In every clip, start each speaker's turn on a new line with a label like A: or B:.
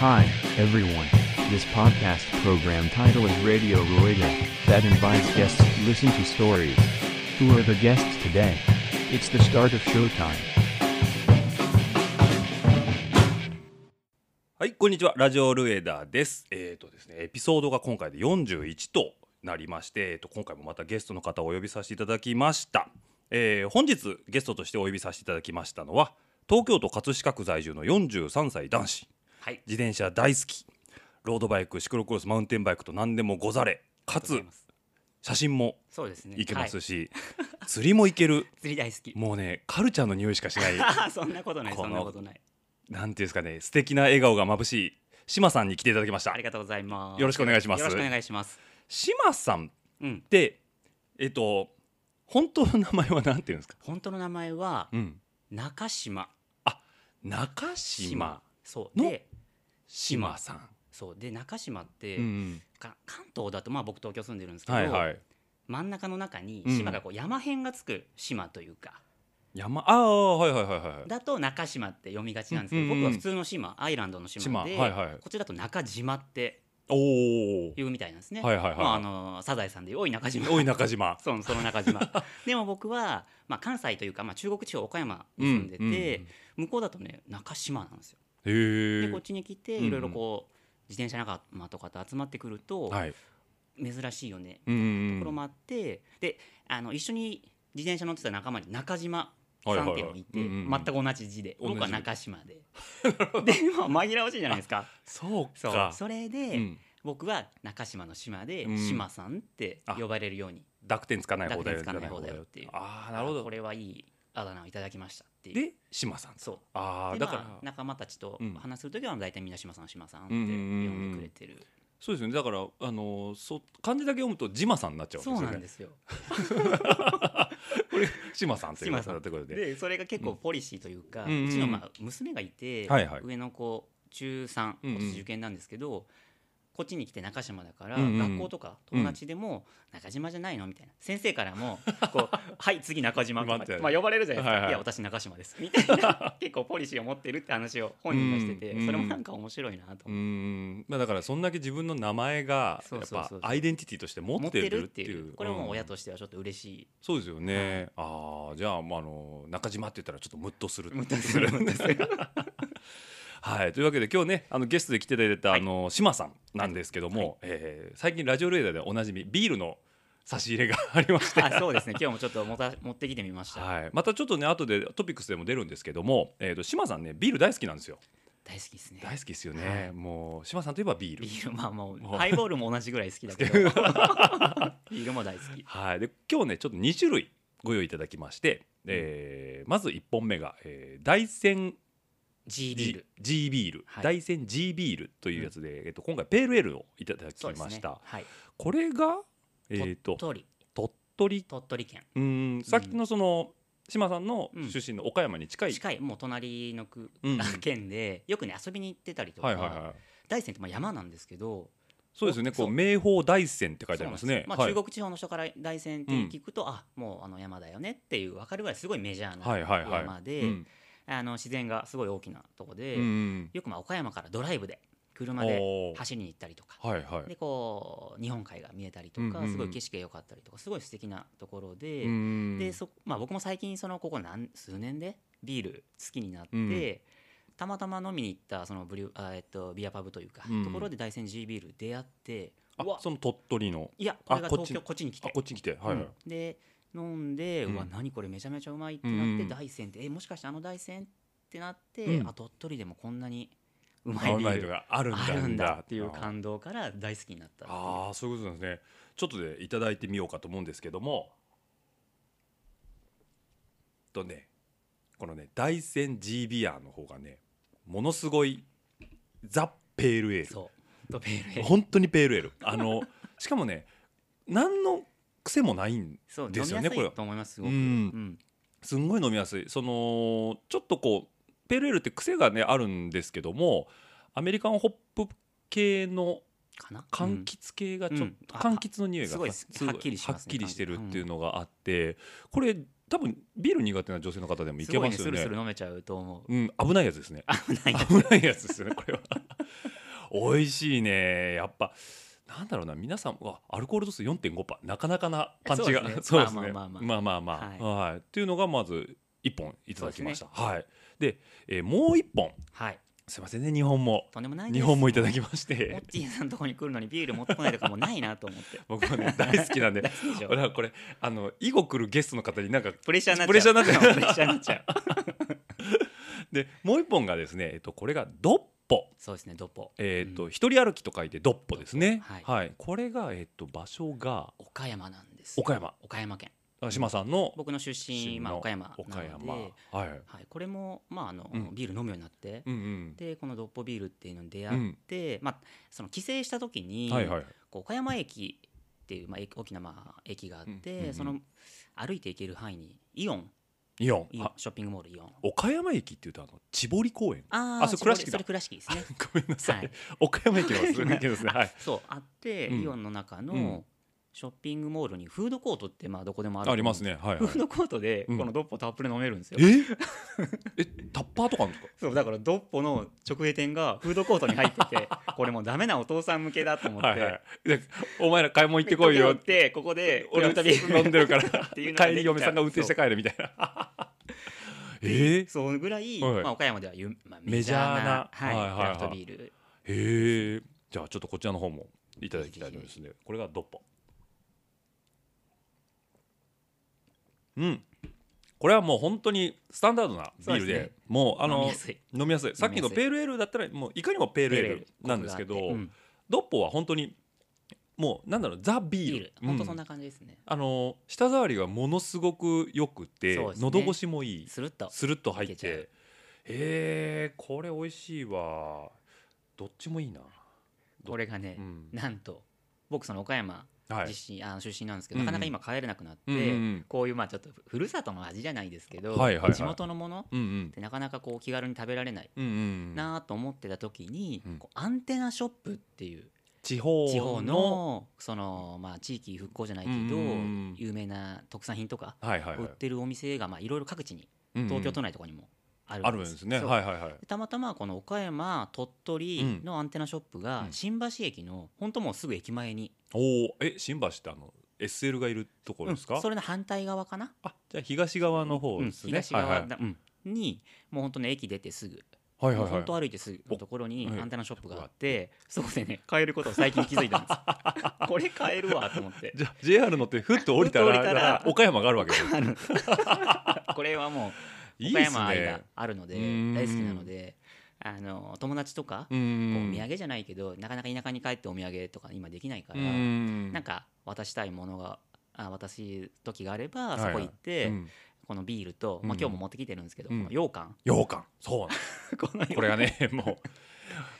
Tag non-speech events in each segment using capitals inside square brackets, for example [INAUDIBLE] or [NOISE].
A: Hi, everyone. This podcast program title is Radio Rueda, that invites guests to listen to stories. Who are the guests today? It's the start of showtime.
B: はい、こんにちは。ラジオルエダーです。えっ、とですね、エピソードが今回で41となりまして、えーと今回もまたゲストの方をお呼びさせていただきました。えー本日ゲストとしてお呼びさせていただきましたのは、東京都葛飾区在住の43歳男子、
C: はい
B: 自転車大好き、ロードバイク、シクロクロス、マウンテンバイクと何でもござれ、か
C: ござ
B: つ
C: います
B: 写真も
C: そうですね。
B: いけます
C: はい
B: し、釣りもいける、
C: 釣り大好き。
B: もうね、カルチャーの匂いしかしない。
C: [LAUGHS] そんなことない。
B: この
C: そんなことない。
B: なんていうんですかね素敵な笑顔が眩しい島さんに来ていただきました
C: ありがとうございます。
B: よろしくお願いします
C: よろしくお願いします。
B: 島さん
C: うん
B: っ。てえっと本当の名前はなんていうんですか、
C: 本当の名前は
B: うん、
C: 中島
B: 中島
C: そう
B: の
C: で
B: 島さん、
C: そうで中島って、
B: うん
C: か関東だとまあ僕東京住んでるんですけ
B: うん、
C: ど、
B: はいはい
C: 真ん中の中に
B: うん
C: 島がこう山辺がつく島というか、
B: 山ああはいはいはいはい
C: だと中島って読みがちなんですけど、
B: うんうんうん
C: 僕は普通の島アイランドの島で
B: 島はいはい
C: こっちだと中島って
B: お
C: 言うみたいなんですね。
B: おはいはい
C: まああ
B: は
C: のサザエさんで多い中
B: い
C: 島
B: おい中島
C: そうその中
B: [LAUGHS]
C: 島でも僕は、まあ、関西というか、まあ、中国地方岡山に住んでて、
B: うんうんへ
C: 向こうだとね中島なんですよ。で
B: え
C: こっちに来
B: う
C: て
B: んうん
C: いろいろこう、自転車仲間とかと集まってくると、
B: はい
C: 珍しいよね
B: うんうん
C: ところもあってであの一緒に自転車乗ってた仲間に中島さんっていうのがいて、
B: はいはいはいうんうん
C: 全く同じ字で
B: 同じ
C: 僕は中島
B: [LAUGHS]
C: でで、まあ、紛らわしいじゃないですか
B: そう
C: そう
B: か
C: それで、
B: うん
C: 僕は中島の島で、
B: うん
C: 島さんって呼ばれるように
B: 濁点つかない方だよ
C: 濁点つかない方だよっていう
B: ああなるほ
C: こ
B: ど
C: れはいいあだ名をいただきましたっていう
B: で島さん
C: そう
B: ああ
C: で
B: だから、
C: まあ、仲間たちと
B: うん
C: 話するときは大体みんな島さん島さんって
B: う
C: 呼
B: んうんうんうん
C: んでくれてる、
B: そうですよねだからあのそ漢字だけ読むと「ジマさん」になっちゃうんです
C: そう
B: よ
C: なん
B: ね
C: ですよ
B: これ「島さん」という
C: 島
B: 方
C: さん
B: だってことで
C: でそれが結構ポリシーというか、
B: う
C: うん
B: うん
C: ちのまあ娘がいて、
B: はいはい
C: 上の子中3
B: うんうん
C: 今年受験なんですけど、こっちに来て中島だから、
B: うんうん
C: 学校とか友達でも「中島じゃないの?」みたいな先生から
B: [LAUGHS]
C: もこう「はい次中島」とか
B: 待って
C: まあ、呼ばれるじゃないですか「
B: はい
C: い
B: はい
C: や私中島です」みた
B: [LAUGHS]
C: いな結構ポリシーを持ってるって話を本人がしてて、
B: うんうん
C: それもなんか面白いなと思って
B: うーんまあだからそんだけ自分の名前が
C: そ
B: や
C: う
B: っ
C: そう
B: ぱ
C: そう
B: アイデンティティとして持
C: 持
B: っ
C: って
B: て
C: る
B: る
C: っ
B: ってて
C: い
B: いうう
C: これはもう親
B: ん
C: としてはちょっと嬉しい
B: そうですよねああじゃあ,、まあ、あの中島って言ったらちょっとムッとする
C: ムッとするムッとする
B: [LAUGHS] はいというわけで今日ねあのゲストで来ていただいた、
C: はい
B: あの島さんなんですけども、えー最近ラジオレーダーでおなじみビールの差し入れがありまして
C: [LAUGHS] あそうですね今日もちょっともた持ってきてみました、
B: はい、またちょっとね後でトピックスでも出るんですけども、えー、と島さんねビール大好きなんですよ
C: 大好きですね
B: 大好きですよ
C: は
B: ね、
C: い
B: もう島さんといえばビール
C: ビールまあもう
B: もう
C: ハイボールも同じぐらい好きだけ
B: [LAUGHS]
C: どビールも大好き
B: はい、で今日ねちょっと2種類ご用意いただきまして、えーまず1本目が、えー大山
C: G ビ
B: G
C: ール
B: ビビール、
C: はい
B: 大山 G ビールというやつで、えっと、今回ペールエールをいただき
C: そうです
B: ま
C: ね
B: した、
C: はい
B: これが、えー、と
C: 鳥取
B: 鳥取
C: 鳥取県
B: うーんさっきのその、島さんの
C: うん
B: 出身の岡山に近い、
C: 近いもう隣の区、
B: うん
C: 県でよくね遊びに行ってたりとか、
B: はいはいはい
C: 大山ってまあ山なんですけど
B: そうですよねこ
C: そうう
B: 名峰大山って書いてありますね
C: そうなんですよまあ、
B: はい
C: 中国地方の人から大山って聞くと、あもうあの山だよねっていう分かるぐらいすごいメジャー
B: はいはい
C: な
B: はい
C: 山で、
B: うん
C: あの自然がすごい大きなとこで、
B: うん
C: よくまあ岡山からドライブで車で
B: おー
C: 走りに行ったりとか
B: はいはい
C: でこう日本海が見えたりと
B: うんうん
C: か
B: うん
C: すごい景色が良かったりとかすごい素敵なところで
B: うん
C: でそまあ僕も最近そのここ何数年でビール好きになっ
B: うんう
C: てたまたま飲みに行ったそのブリュあえっとビアパブというか
B: うん
C: ところで大山 G ビール出会って
B: あ
C: うわ
B: その鳥取の
C: いやこれ
B: あ
C: が
B: こっ
C: 東
B: ち
C: 京こっちに来
B: あ
C: て
B: こっちに来てはいはい、
C: うんで飲んで、
B: う
C: うんわ何これめちゃめちゃうまいってなって、
B: うん
C: 大山ってえもしかしてあの大山ってなって、
B: うん
C: あ鳥取でもこんなにうま
B: あ
C: いうビ
B: ま
C: ー
B: いの
C: ル
B: があるんだ
C: あるんだっていう感動から大好きになったっていう
B: ああそういうことなんですねちょっとでいただいてみようかと思うんですけどもとねこのね大山 G ビアの方がねものすごいザ・ペールエー
C: そうとペールエ
B: ル
C: ール
B: 本当にペールエールあのしかもね何の癖もないん
C: そう
B: ですよね
C: 飲みやす
B: これ
C: いと思いますす
B: う
C: ごく、
B: ん
C: うん
B: すんごい飲みやすいそのちょっとこうペールエールって癖がねあるんですけどもアメリカンホップ系の
C: かな
B: 柑橘系がちょっと、
C: うんあ
B: 柑橘の匂いが
C: すごい
B: は
C: すはっきりします
B: は
C: ね
B: っきりしてるっていうのがあって、これ多分ビール苦手な女性の方でも
C: うん
B: い
C: す
B: け
C: ごい
B: ま
C: ね
B: す
C: ス
B: よ
C: ル
B: ね [LAUGHS]
C: スル飲めちゃうと思う
B: うん、危ないやつですね
C: 危ない
B: 危ないやつですよねこれは美味しいねやっぱなんだろうな皆さんはアルコール度数4.5パーなかなかなパンチが
C: そうですね
B: ま
C: ま
B: あまあ
C: あまあ
B: ま
C: ま
B: あまあまあはい、っていうのがまず1本いただきました、はいで、えーもう1本
C: はい
B: すいませんね日本も
C: とんでもないです
B: 日本もいただ
C: き
B: きまし
C: モ
B: て
C: ッチーさんのとこに来るのにビール持ってこない
B: [LAUGHS]
C: とかもうないなと思って
B: 僕もね大好きなんで
C: [LAUGHS] 大好きでしょ
B: 俺はこれあの以後来るゲストの方になんか
C: プレッシャーになっちゃう
B: プレッシャーになっちゃう
C: プレッシャーになっちゃう
B: でもう1本がですね、えっと、これがドッポ
C: そうですねドポ
B: えっと、
C: うん
B: 一人歩きと書いてドッポですね
C: ドッポ
B: はい、これが、えっと、場所が
C: 岡山なんです
B: 岡山
C: 岡山県
B: あ島さんの
C: 僕の出身まあ岡山なので
B: 岡山はい
C: はい、これも、まああの
B: うん
C: ビール飲むようになって、
B: うんうん
C: でこのドッポビールっていうのに出会って、まあ、その帰省した時に、
B: はいはい
C: こう岡山駅っていう、まあ、駅大きなまあ駅があって、
B: うんうんうん
C: その歩いて行ける範囲にイオン
B: イオン
C: イオン
B: あ
C: ショッピングモールイオン
B: 岡山駅っていうとあの千堀公園
C: あ
B: あそれ倉敷だ
C: それ倉敷ですね
B: [LAUGHS] ごめんなさ
C: はいい
B: 岡山駅はするけどですねはい
C: そうあって、
B: うん
C: イオンの中
B: う
C: の
B: ん
C: ショッピングモールにフードコートってまあどこでもあると
B: あ
C: 思
B: り
C: うん
B: ま
C: ですすけ
B: ねはい
C: ど
B: はい
C: フードコートで
B: う
C: こ
B: ん
C: のドッポたっぷり飲めるんですよ、
B: え [LAUGHS] えタッパーとかあるんですか
C: そうだからドッポの直営店がフードコートに入って
B: [LAUGHS]
C: てこれもうダメなお父さん向けだと思って、
B: はいはいでお前ら買い物行ってこいよ
C: 行ってここで
B: 俺
C: 再
B: 再
C: び
B: び飲んでるから
C: ていうのができちゃう
B: 帰り嫁さんが運転して帰るみたいなえー
C: [LAUGHS] そうぐらい、
B: はい
C: まあ、岡山では有、まあ、
B: メ
C: メ
B: ジ
C: ジ
B: ャ
C: ャ
B: ー
C: ー
B: な
C: なは
B: は
C: い
B: いはい
C: ク
B: はい
C: ラフトビール
B: へえじゃあちょっとこちらの方もいただきたいですねこれがドッポうんこれはもう本当にスタンダードなビールで
C: そうですね
B: もうあ
C: 飲み
B: の
C: やすい
B: 飲みやすいさっきの
C: 飲みやすい
B: ペールエールだったらもういかにもペールエール
C: コクが
B: な
C: あ
B: んですけど、
C: ってうん
B: ドッポは本当にもうなんだろうザ・ビ
C: ビ
B: ール
C: ール本当そん
B: うん
C: な感じですね、
B: あの舌触りがものすごくよくて、
C: そうですね
B: 喉越しもいい
C: スルッと
B: スルッと入っ
C: いけちゃう
B: てえー、これ美味しいわどっちもいいな
C: これがね、
B: うん
C: なんと僕その岡山
B: はい
C: 自身、あの出身なんですけ
B: う
C: ど
B: んうん
C: なかなか今帰れなくなって、
B: うんうんうん
C: こういうまあちょっとふるさとの味じゃないですけど、
B: はいはいはい
C: 地元のものっ
B: うんうん
C: てなかなかこう気軽に食べられない
B: うんうん、
C: なと思ってた時に、
B: うん
C: こうアンテナショップっていう
B: 地方
C: 地方のその、まあ、地域復興じゃないけど、
B: うんうんうん
C: 有名な特産品とか
B: はいはいはい
C: 売ってるお店がまあいろいろ各地に
B: うんうん
C: 東京都内とかにもある
B: あるんですね
C: そう
B: はいはいはい
C: でたまたまこの岡山鳥取のアンテナショップが
B: うん
C: 新橋駅の本当もうすぐ駅前に、
B: おおえ新橋ってあの SL がいるところですか、
C: うんそれの反対側かな、
B: あじゃあ東側の方
C: うん
B: ですね、
C: 東側
B: はい
C: だうんにもう本当ね駅出てすぐ、
B: はいはい
C: もう
B: はい
C: 本
B: は
C: 当歩いてすぐのところに
B: お
C: アンテナショップがあってそこでね買えることを最近気づいたん
B: [LAUGHS]
C: ですこれ買えるわと思って
B: いじゃあ JR 乗ってふっと降りたら
C: ふっと降りたら
B: 岡山があるわ
C: [LAUGHS]
B: けです
C: あるこれはもう
B: いい
C: 岡
B: です
C: 山愛
B: ね
C: があるので
B: うん
C: 大好きなのであの友達とか、
B: う
C: こうんお土産じゃないけどなかなか田舎に帰ってお土産とか今できないから、
B: うん
C: なんか渡したいものがあ渡す時があれ
B: は
C: ば
B: いは
C: そ
B: い
C: こ行って、
B: うん
C: このビールと、ま
B: う
C: あ、
B: ん
C: 今日も持ってきてるんですけど、
B: うん
C: この羊羹
B: 羊羹そうなんです
C: この羊
B: これがね [LAUGHS] もう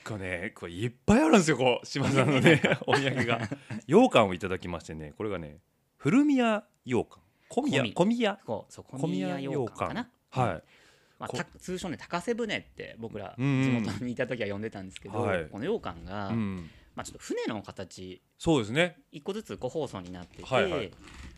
B: これねこれいっぱいあるんですよこう島さんのねお土産が羊羹をいただきましてねこれがね古宮羊羹小宮
C: 小宮
B: 小宮
C: こうそう小
B: 小宮
C: 宮
B: 羊
C: 羊羹か
B: 羹
C: な、
B: は
C: まあ、
B: こ
C: た通称ね高瀬船って僕ら
B: う
C: 地
B: んうん
C: 元にいた時は呼んでたんですけど、
B: はい
C: この羊羹が、
B: い、うん、
C: まあ、ちょっと船の形
B: そうですね、
C: 一個ずつ個包装になってて、
B: はいはい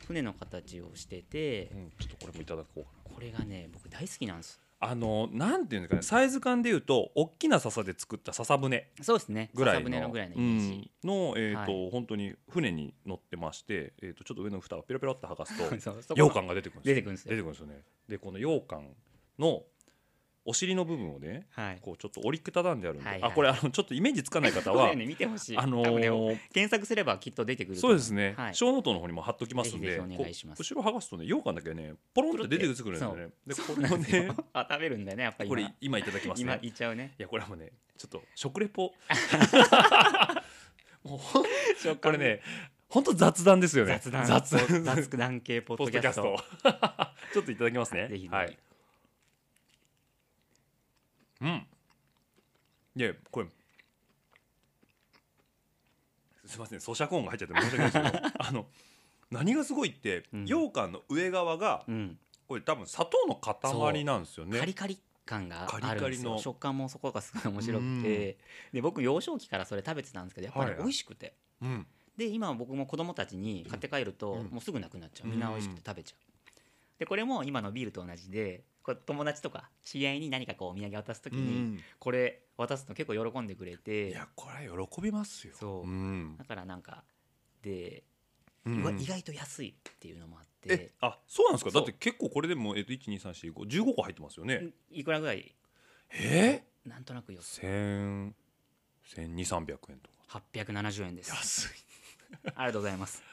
C: 船の形をしてて
B: うん、ちょっとこれもいただこうかな
C: これがね僕大好きなんです
B: あのなんていうんですかねサイズ感でいうと大きな笹で作った笹舟
C: そうですね
B: ぐらい
C: 笹舟の
B: の
C: ぐらいのイ
B: う
C: メージ、
B: んのえー
C: は
B: と本当に船に乗ってましてえーとちょっと上の蓋をペロペロって剥がすと
C: そうそこの
B: 羊羹が出てくるんですよ
C: 出てくるんですよ
B: 出てくるんですよねでこの羊羹のお尻の部分をね
C: はい
B: こうちょっと折りたたんであるんで、
C: はいはい
B: あこれあのちょっとイメージつかない方
C: [LAUGHS] こ
B: は
C: れね見てほしい、
B: あの
C: タブレを
B: ー
C: 検索すればきっと出てくると
B: そう
C: 思
B: ですね、
C: はい、
B: 小ノートの方にも貼っときますんで
C: ぜひぜひお願いします
B: こう後ろ剥がすとね羊羹だけねポロンって出てくるんですよねでこ
C: [LAUGHS]
B: れをね
C: あ食べるんだよねやっぱり
B: こ
C: 今
B: れ今いただきます
C: 今
B: ね
C: 言っちゃうね
B: いやこれはもうねちょっと食レ
C: [LAUGHS]
B: ポもうほんこれね本当雑談ですよね
C: 雑談
B: 雑談
C: 雑談系ポッ
B: ポッ
C: ドキ
B: ドキ
C: ャ
B: ャ
C: ス
B: スト
C: ト
B: [LAUGHS] ちょっといただきますね
C: ぜひぜひ
B: はいうんいやこれすいません咀嚼音が入っちゃって申し訳ないです
C: [LAUGHS]
B: けどあの何がすごいって、
C: うん
B: 羊羹の上側が
C: うん
B: これ多分砂糖の塊なんですよね
C: カリカリ感があるんです
B: カリカ
C: よ
B: リの
C: 食感もそこがすごい面白くてで僕幼少期からそれ食べてたんですけどやっぱり、
B: はい
C: 美味しくて
B: うん
C: で今僕も子供たちに買って帰ると、
B: うん
C: もうすぐなくなっちゃう
B: うん
C: みんな美味しくて食べちゃう、でこれも今のビールと同じでここう友達とか知り合いに何かこうお土産渡す時
B: う
C: に、
B: ん、
C: これ渡すの結構喜んでくれ
B: い
C: て
B: やこれは喜びますよ
C: そう
B: うん
C: だからなんかで、
B: う
C: うわ
B: ん
C: 意外と安いっていうのもあって
B: えあそうなんですかだ
C: そう
B: って結構これでも、えっと、12345個入ってますよね
C: いくらぐらい
B: え
C: なんとなくよ
B: 千千二三百円とか
C: 870円です
B: 安
C: ありがとうございます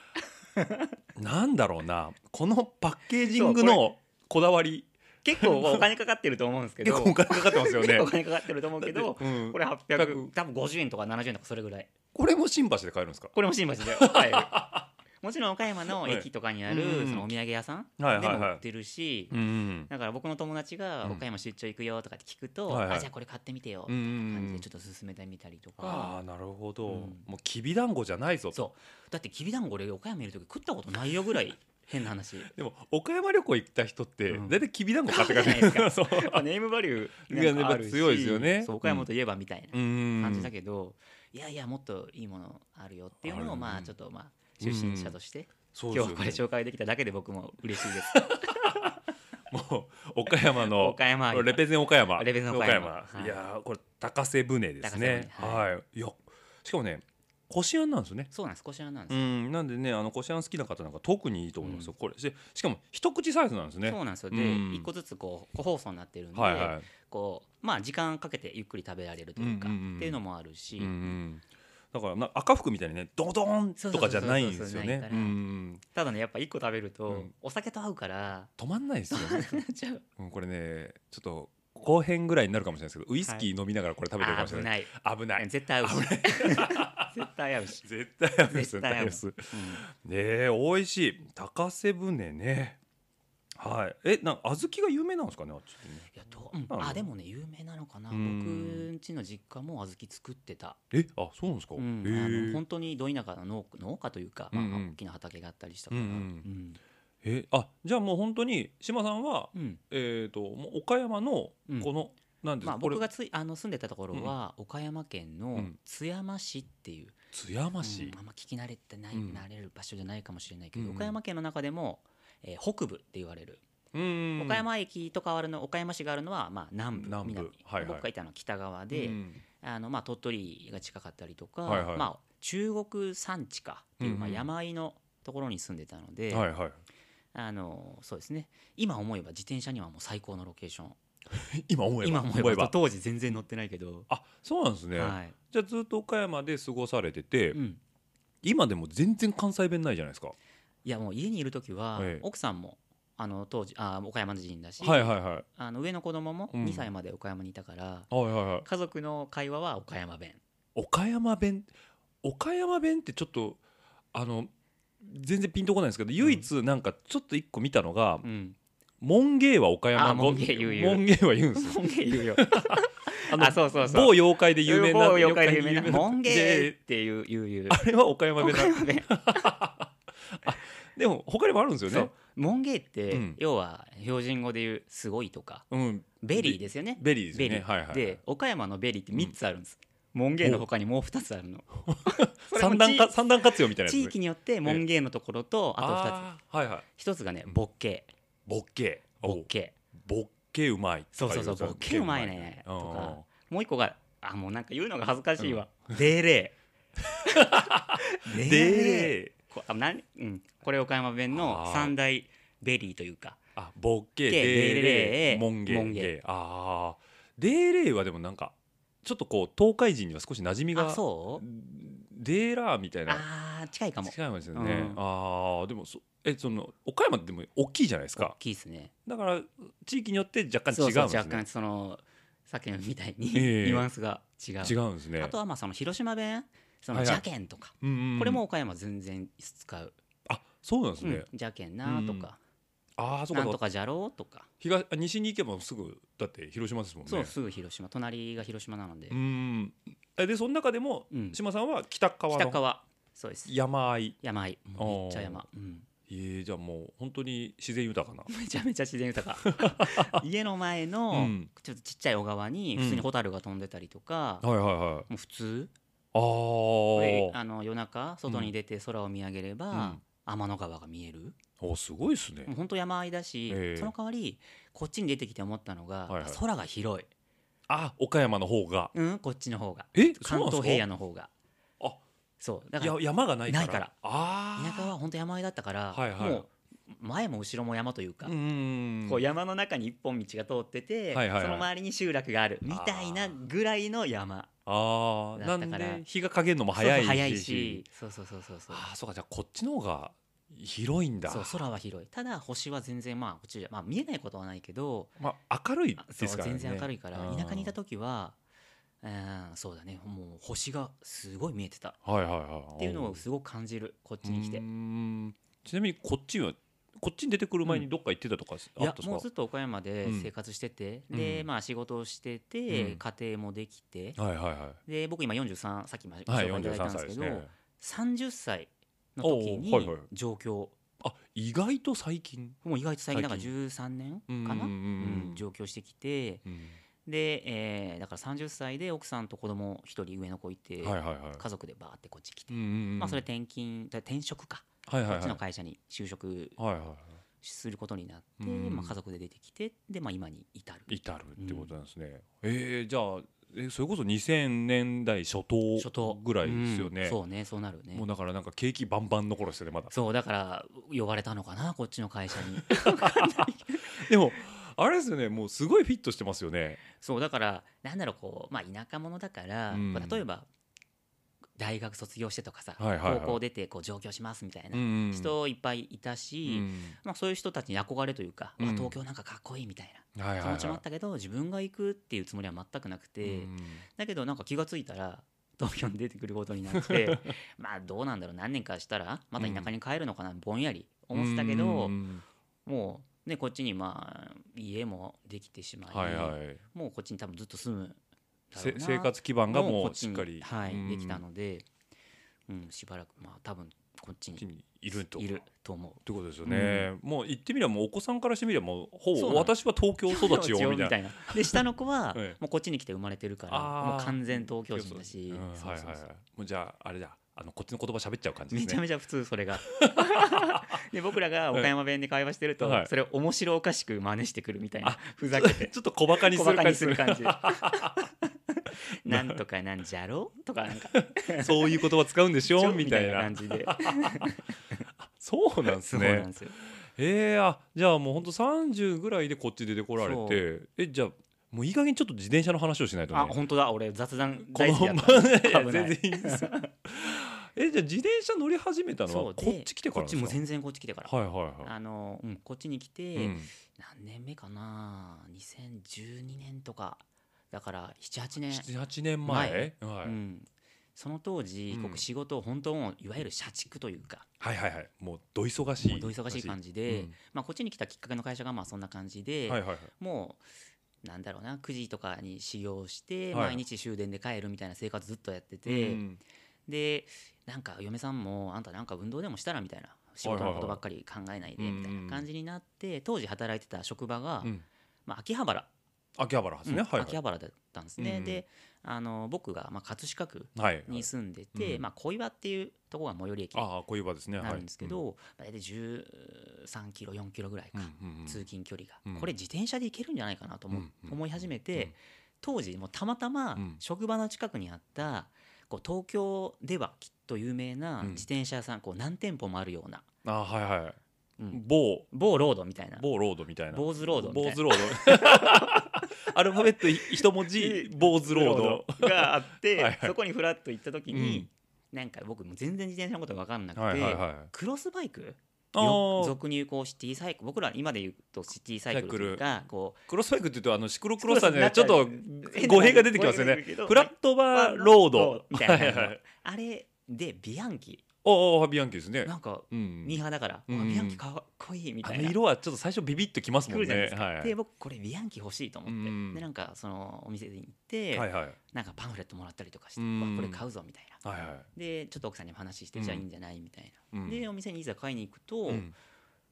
B: いなんだろうなこのパッケージングのこだわり
C: 結構お金かかってると思うんですけ
B: 結
C: ど
B: 構お金かかってますよね
C: 結構お金かかってると思うけど
B: うん
C: これ
B: 100
C: 800多分50円とか70円とかそれぐらい
B: これも新橋で買えるんですか
C: これも新橋で買えるもちろん岡山の駅とかにある
B: はいうん
C: そのお土産屋さんでも
B: はいはいはい
C: 売ってるし
B: うん
C: だから僕の友達が
B: うん
C: 岡山出張行くよとかって聞くと、
B: はいはい
C: あじゃあこれ買ってみてよ
B: う
C: みたい
B: ん
C: な感じでちょっと進めてみたりと
B: あ
C: か、
B: あなるほど、
C: うん
B: もうきびだんごじゃないぞと
C: そうだってきびだんご俺岡山いる時食ったことないよぐらい変
B: [LAUGHS]
C: な話
B: でも岡山旅行行った人って
C: うん
B: 大体きびだんご買って帰る
C: 買うじゃないで
B: そう
C: やっ [LAUGHS] ぱネームバリューなんかあるし
B: いややっぱ強いですよね
C: そう岡山といえばみたいな
B: うん
C: 感じだけど、いやいやもっといいものあるよっていうの
B: あ
C: を
B: る
C: まあちょっとまあ出身者として、
B: そうで
C: 今
B: すよ
C: 日はこれ
B: ね
C: 紹介できただけで僕も嬉しいです
B: [LAUGHS] もう岡山の
C: 岡山
B: レペゼン岡山
C: レペゼン岡
B: 岡山
C: 山はい
B: い、やーこれ高瀬船ですね
C: 高瀬船
B: はい、い、やしかもねこしあんなんですよね
C: そうなんですこしあんなんで
B: う
C: す、
B: んなんでねあのこしあん好きな方なんか特にいいと思いますよ、
C: う
B: これししかも一口サイズなんですね
C: そうなんですよで、
B: うん
C: 一個ずつこう個包装になってるんで、
B: はいは
C: こうまあ時間かけてゆっくり食べられるというか、
B: うんうんうんうん
C: っていうのもあるし、
B: い、うんうん、だからな赤服みたいにねドドンとかじゃないんですよね
C: そうそうそうそうそうないから
B: うんうん
C: ただねやっぱ1個食べると、
B: うん
C: お酒と合うから
B: 止まんないですよ
C: [LAUGHS]
B: ね、
C: なっちゃう
B: うん、これねちょっと後編ぐらいになるかもしれないですけどウイスキー飲みながらこれ食べてるかもしれ
C: 危
B: ない、
C: ない
B: 危ない
C: 絶対合うし [LAUGHS] 絶対合
B: [LAUGHS]
C: うし、
B: 絶対危ないです
C: 絶対合う
B: です
C: うん
B: ねえ美味しい高瀬船ねはいえなん小豆が有名なんですかねあっちってね
C: いやどううん
B: なの
C: あでもね有名なのかな
B: う
C: 僕
B: ん
C: んちの実家も小豆作ってた、
B: えあそうなんですか、
C: う
B: へえ
C: ん、あの本当にど田舎の農農家というか、まあ
B: うんうん
C: 大きな畑があったりしたから、
B: うんうんえあじゃあもう本当に島さんは
C: うんうん
B: えっ、ともう岡山の
C: うん
B: この、なんです
C: ま
B: か、
C: あ、
B: これ
C: 僕がついあの住んでたところは、岡山県
B: う
C: の
B: ん
C: 津山市っていう、
B: 津山市、
C: うんあんま聞き慣れてない、
B: うん
C: 慣れる場所じゃないかもしれないけど、
B: うん
C: 岡山県の中でも、えー北部って言われる、
B: うん
C: 岡山駅とかあるの岡山市があるのは、まあ、南部
B: 南部はいはい
C: 僕がいたのは北側で、
B: うん
C: あのまあ、鳥取が近かったりとか、
B: はいはい
C: まあ、中国山地かっていう、ま
B: う
C: あ、
B: んうん
C: 山あいのところに住んでたので、
B: はいはい
C: あのそうですね今思えば自転車にはもう最高のロケーション
B: 今思えば
C: 今思えば当時全然乗ってないけど、
B: あそうなんですね、
C: はい
B: じゃあずっと岡山で過ごされてて、
C: うん、
B: 今でも全然関西弁ないじゃないですか
C: いやもう家にいる時は、
B: ええ
C: 奥さんもあの当時あ岡山人だし、
B: はいはいはい
C: あの上の子供も
B: うん
C: 2歳まで岡山にいたから、
B: はいはいはい
C: 家族の会話は岡山弁
B: 岡山弁岡山弁ってちょっとあの全然ピンとこないんですけど唯一なんかちょっと一個見たのが、
C: うん
B: 門芸は岡山
C: あ門芸言う言う
B: 門芸は言うんですよ
C: 門芸言うよ
B: [LAUGHS] あの
C: [LAUGHS] あそうそうそう
B: 某妖怪で有名な
C: 某妖怪で有名な
B: 妖怪
C: 門芸っ
B: で
C: ていう言う言う
B: あれは岡山弁
C: 岡 [LAUGHS]
B: だ
C: 山弁
B: でも他にもあるんですよ
C: そ
B: ね
C: う門芸って、
B: うん
C: 要は標準語で言う「すごい」とか
B: うん
C: 「ベリー」ですよね。
B: ベリーですよ
C: ベリ
B: ねはいはい
C: で岡山のベリーって3つあるんです。門芸の他にもう2つあるの。それも
B: 三段か
C: 地
B: 三段活用みたいなやつ
C: 地域によって門芸のところとあ
B: と2つはいはい
C: と2つ1つがね
B: うん
C: ボッケ
B: ボッケ
C: ボッケ
B: ボッケうまい
C: そうそうそう
B: とかい
C: ボッケうまいね
B: うん
C: とかもう1個があもうなんか言うのが恥ずかしいわデーレ
B: [LAUGHS]
C: ーデーレー
B: で
C: こあなんうんこれ岡山弁の三大ベリーというか
B: あボッケ
C: ケ
B: デーレー
C: デーレー
B: モンゲ
C: モンゲ
B: ああデーレーはでもなんかちょっとこう東海人には少し馴染みが
C: あそう
B: デーラーみたいな
C: あー近いかも
B: 近いもんですよね、
C: うん
B: ああでもそえその岡山ってでも大きいじゃないです
C: 大
B: か
C: きいですね
B: だから地域によって若干
C: そ
B: 違うん
C: う
B: です
C: そう
B: ね
C: 若干そのさっきのみたいにニ
B: ええ
C: ュアンスが違う
B: 違うんですね
C: あとはまあその広島弁その
B: はいはい
C: 邪剣とか
B: うんうんうん
C: これも岡山全然使う
B: あそうなんです
C: うん
B: ね、
C: 邪剣なとか
B: ああそう
C: な
B: かそ
C: ん
B: う
C: と
B: か
C: かじゃろうとか
B: 東あ西に行けばすぐだって広島ですもんね
C: そうすぐ広島隣が広島なので
B: うんえでその中でも
C: うん
B: 島さんは北川
C: 北
B: の
C: 川そうです
B: 山あい
C: 山あいもうめっちゃ山うん [LAUGHS]
B: えー、じゃあもう本当に自然豊かな
C: めちゃめちゃ自然豊か
B: [LAUGHS]
C: 家の前
B: う
C: の
B: ん
C: ちょっとちっちゃい小川に普通にホタルが飛んでたりとか
B: はいはいはい
C: もう普通
B: あ
C: で
B: ー
C: あの夜中外に出て空を見上げれば、
B: うん
C: 天の川が見える
B: おすごいですね
C: もう本当山あいだし、
B: ええ
C: その代わりこっちに出てきて思ったのが、
B: はいはい
C: 空が広い、
B: あ岡山の方が
C: うん、こっちの方が
B: えそう
C: 関
B: なんですか
C: 東平野の方が
B: あ
C: そうだか
B: いや
C: ら
B: 山がないから
C: ないから
B: あ
C: 田舎は本当山あいだったから、
B: はいはい
C: もう前も後ろも山というか、
B: うーん
C: こう山の中に一本道が通ってて、
B: はいはいはい
C: その周りに集落があるみたいなぐらいの山
B: ああ
C: だ
B: な
C: っ
B: ん
C: たから
B: で日が陰るのも早い
C: そう
B: し
C: そう早いしそうそうそうそうそう
B: ああそうかじゃあこっちの方が広いんだ
C: そう空は広いただ星は全然まあこっちじゃ、まあ、見えないことはないけど
B: まあ明るい
C: あ
B: で
C: そう
B: すからね
C: 全然明るいから
B: うん
C: 田舎にいた時はうんそうだねもう星がすごい見えてた
B: はいはいはい
C: っていうのをすごく感じるこっちに来て
B: うーんちなみにこっちはこっちに出てくる前にどっか行ってたとか
C: い
B: あった
C: や
B: んですか、
C: もうずっと岡山で
B: うん
C: 生活してて、
B: うん
C: でまあ仕事をしてて、
B: うん
C: 家庭もできて、
B: はいはいは
C: で僕今43さっきまで
B: いはい
C: いただいた
B: 43
C: んです
B: 歳
C: け
B: です
C: ど、
B: ね
C: 30歳の
B: お
C: 時
B: うはいは
C: に
B: い
C: 上京
B: あ意外と最近
C: もう意外と最近だから
B: 最近
C: 13年かな、
B: うん
C: うん上京してきて
B: うん
C: で、えーだから30歳で奥さんと子供一人上の子い
B: は
C: て、
B: いはいはい
C: 家族でバーってこっち来て、
B: うんうんうん
C: まあ、それ転勤だ転職か、
B: はいはい
C: こっ
B: はい
C: ちの会社に就職
B: はいはいは
C: することになって、
B: うん
C: まあ、家族で出てきてで、まあ、今に至る
B: い至るってことなんですね、えー、じゃあえそれこそ2000年代初
C: 初頭
B: 頭ぐらいですよね、
C: うんそうねそうなるね
B: もうだからなんか景気バンバンの頃ですよねまだ
C: そうだから呼ばれたのかなこっちの会社
B: [LAUGHS]
C: に
B: でもあれですよねもうすごいフィットしてますよね
C: そうだからなんだろうこうまあ田舎者だから、
B: うん
C: こう例えば大学卒業してとかさ、
B: はいはいはい
C: 高校出てこう上京しますみたいな
B: うん
C: 人いっぱいいた
B: う
C: し、
B: ん
C: まあ、そういう人たちに憧れというか、
B: うん
C: まあ、東京なんかかっこいいみたい
B: はい
C: な
B: はい
C: 気
B: は
C: 持
B: い
C: ちもあったけど、自分が行くっていうつもりは全くなくて、
B: うん
C: だけどなんか気がついたら東京に出てくることになって
B: [LAUGHS]
C: まあどうなんだろう何年かしたらまた田舎に帰るのかな、ぼんやり思ってたけど、
B: うん
C: もうねこっちにまあ家もできてしまい、
B: はいはい
C: もうこっちに多分ずっと住むだろ
B: せ
C: うな
B: 生活基盤が
C: も
B: も
C: こ
B: う
C: ち
B: し
C: に
B: っかり
C: はい、
B: うん
C: できたので、うん、しばらくまあ多分こっち
B: こっち
C: に
B: にいると
C: いると思う。
B: ってことですよね、もう言ってみればもうお子さんからしてみればもうほ
C: そう
B: ぼ
C: なの
B: 私は東京育ちよみたいな。
C: いな。で下の子
B: [LAUGHS]
C: は
B: ええ
C: もうこっちに来て生まれてるから
B: あー
C: もう完全東京人だし、
B: うん
C: そう
B: はい
C: そう
B: は
C: そう
B: いはい。もうじゃああれだあのこっちの言葉喋っちゃう感じで
C: め
B: す
C: ちゃ
B: ね。
C: めちゃ普通そ
B: [LAUGHS]
C: れがで僕らが岡山弁で会話してると、
B: はい
C: それを面白おかしく真似してくるみたいな
B: あ
C: ふざけて
B: ちょっと小バカにす
C: 小
B: る
C: バカ
B: 感
C: に
B: じ
C: す
B: する
C: る感じ [LAUGHS] なんとかなんじゃろとか
B: [LAUGHS]
C: なんか
B: そういう言葉使うんでしょみたいな
C: 感じで
B: そうなんです
C: [LAUGHS] そうな
B: ね
C: んですよ
B: えー、あじゃあもうほんと30ぐらいでこっち出てこられ
C: そ
B: てえじゃあもういい加減ちょっと自転車の話をしないとね
C: あ本当だ俺雑談
B: こ
C: 大
B: の
C: 好きだ
B: ま
C: っ
B: ま [LAUGHS]
C: た
B: いや
C: 危ない
B: 全然いいん
C: [LAUGHS]
B: ですよえじゃあ自転車乗り始めたの
C: そ
B: は
C: う
B: こ
C: で
B: っち来てか
C: こ
B: ら
C: っ
B: です
C: ち
B: か
C: も全然こっち来てから、
B: はいはいは
C: あの、うん、こっちに来て、
B: い、うん
C: 何年目かな2012年とかだから78年
B: 78年前は
C: う
B: い、
C: ん、その当時、
B: うん
C: 僕仕事を本当もういわゆる社畜というか
B: はいはいはいもうど忙しい
C: もうど忙しい感じで、まあ、こっちに来たきっかけの会社がまあそんな感じ
B: う
C: で、
B: んはいはいはい
C: もうなんだろうな9時とかに始業して、
B: はい
C: 毎日終電で帰るみたいな生活ずっとやって
B: う
C: て、
B: ん
C: でなんか嫁さんもあんたなんか運動でもしたらみたいな仕事のことばっかり考えないで
B: はいはいはい
C: みたいな感じになって、当時働いてた職場が、
B: うん
C: まあ、秋葉原
B: 秋葉原ですね、
C: うん
B: はいはい
C: 秋葉原だったんですね、
B: うん
C: であの僕がまあ葛飾区
B: はいはい
C: に住んでて、
B: はいうん
C: まあ、小岩っていうところが最寄り駅に
B: ああこういう場ですね
C: な
B: は
C: る
B: い
C: んですけど、まあ大体13キロ4キロぐらい
B: うん
C: か、
B: うんうん
C: 通勤距離が、
B: うん
C: これ自転車で行けるんじゃないかなと思,、
B: うんうん
C: 思い始めて、
B: うん
C: 当時もうたまたま
B: うん
C: 職場の近くにあったこう東京ではきっと有名な
B: うん
C: 自転車屋さんこう何店舗もあるような、
B: ああはいはい
C: うん
B: 某
C: 某ロードみたいな
B: 某ロードみたいな
C: 坊主ロードみたいな
B: 坊主ロード
C: [LAUGHS]
B: アルファベットい一文字坊主ロード
C: があって
B: [LAUGHS] はいはい
C: そこにフラッと行った時に、なんか僕もう全然自転車のこと分かんなくて、
B: はいはいはい
C: クロスバイク
B: あ
C: よ
B: ー
C: 俗に言うこうシティサイクル僕ら今で言うとシティサイクルというかこう
B: クロスバイクっていうとあのシクロクロスさんじゃないち
C: そ
B: ょ
C: う
B: っ
C: そう
B: と語弊が出てきますよ
C: 語
B: ね
C: 弊が出てくるけど
B: フラットバーロード
C: みたいな感じの
B: はいはい
C: あれでビアンキ
B: おーおービアンキですね
C: なんか
B: うん
C: ミーハーだから、
B: うん
C: わビアンキかっこいいみ
B: あ
C: たい
B: の
C: な
B: 色はちょっと最初ビビッときますも
C: 来る
B: ん
C: じゃないで
B: ね
C: すか、
B: はい
C: で僕これビアンキ欲しいと思って、
B: うん
C: でなんかそのお店に行って、
B: はいはいはい
C: なんかパンフレットもらったりとかして、
B: うん
C: わこれ買うぞみたいな
B: はい
C: でちょっと奥さんにも話して、
B: うん
C: じゃあいいんじゃないみたいな、
B: うん
C: でお店にいざ買いに行くと、
B: うん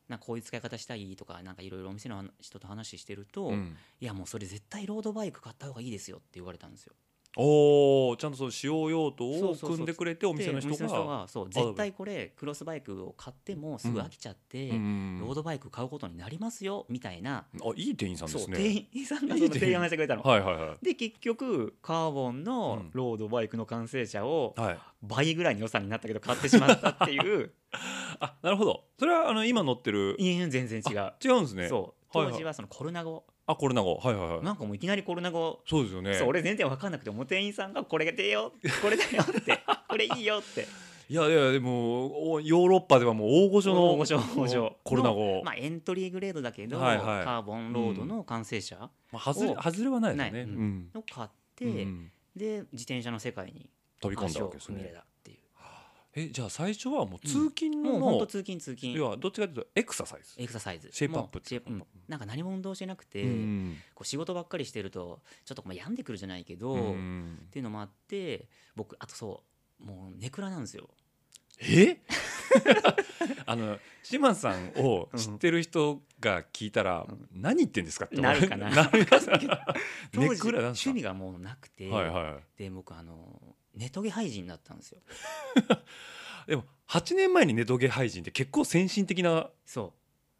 C: なんかこういう使い方したいとかなんかいろいろお店の人と話してると、
B: うん
C: いやもうそれ絶対ロードバイク買った方がいいですよって言われたんですよ
B: おおちゃんとその使用用途
C: そ
B: を
C: うそうそう
B: 組んでくれてお店の人
C: でお人
B: が
C: がそう絶対これクロスバイクを買ってもすぐ飽きちゃって、
B: うん
C: ロードバイク買うことになりますよみたいな、
B: あいい店員さんで
C: そう
B: すね
C: 店員さんがその提案してくれたの。
B: はいはいは
C: [LAUGHS] で結局カーボンのロードバイクの完成車を
B: いはい
C: 倍ぐらいの予算になったけど買ってしまったっていう
B: [LAUGHS] あなるほどそれはあの今乗ってる
C: いや全然違う。
B: 違うんですね
C: そう
B: はいは
C: 当
B: い
C: 時はそのコロナ後、
B: あこれなんかはいはいはい
C: なんかもういきなりコロナ後、
B: そうですよね
C: そう俺全然分かんなくてもう店員さんが「これが出よこれだ
B: [LAUGHS]
C: よ」って「これいいよ」って
B: いやいやでもおヨーロッパではもう大御所の
C: 大御所大御 [LAUGHS] 所
B: コロナ後
C: まあ、エントリーグレードだけど、
B: はいはい
C: カーボンロードの完成車
B: まあ、外れ
C: を
B: 外れはないですよね
C: ないうん
B: うん
C: を買って、
B: うん
C: で自転車の世界に
B: 飛び込ん
C: 足
B: だわ
C: を
B: けです
C: 踏み入れ
B: ね
C: たっていう
B: えじゃあ最初はもう通勤
C: もう本当
B: の
C: 通勤通勤
B: 要はどっちかというとエクササイズ
C: エクササイズ
B: シェイプアップ
C: もうシェイプうんなんか何も運動してなくて、
B: うん
C: こう仕事ばっかりしてるとちょっとこう病んでくるじゃないけど、
B: う
C: っ
B: ん
C: ていうのもあって僕あとそうもうネクラなんですよ
B: え [LAUGHS] あの島さんを知ってる人が聞いたら
C: ん
B: 何言ってんですかって
C: なるか
B: [LAUGHS]
C: な
B: なるかな
C: [LAUGHS] 当時
B: ネクラなんです
C: 趣
B: か
C: 味がもうなくて、
B: はいは
C: で僕あのネトゲ廃人だったんですよ
B: いでも8年前にネトゲ廃人って結構先進的な
C: そ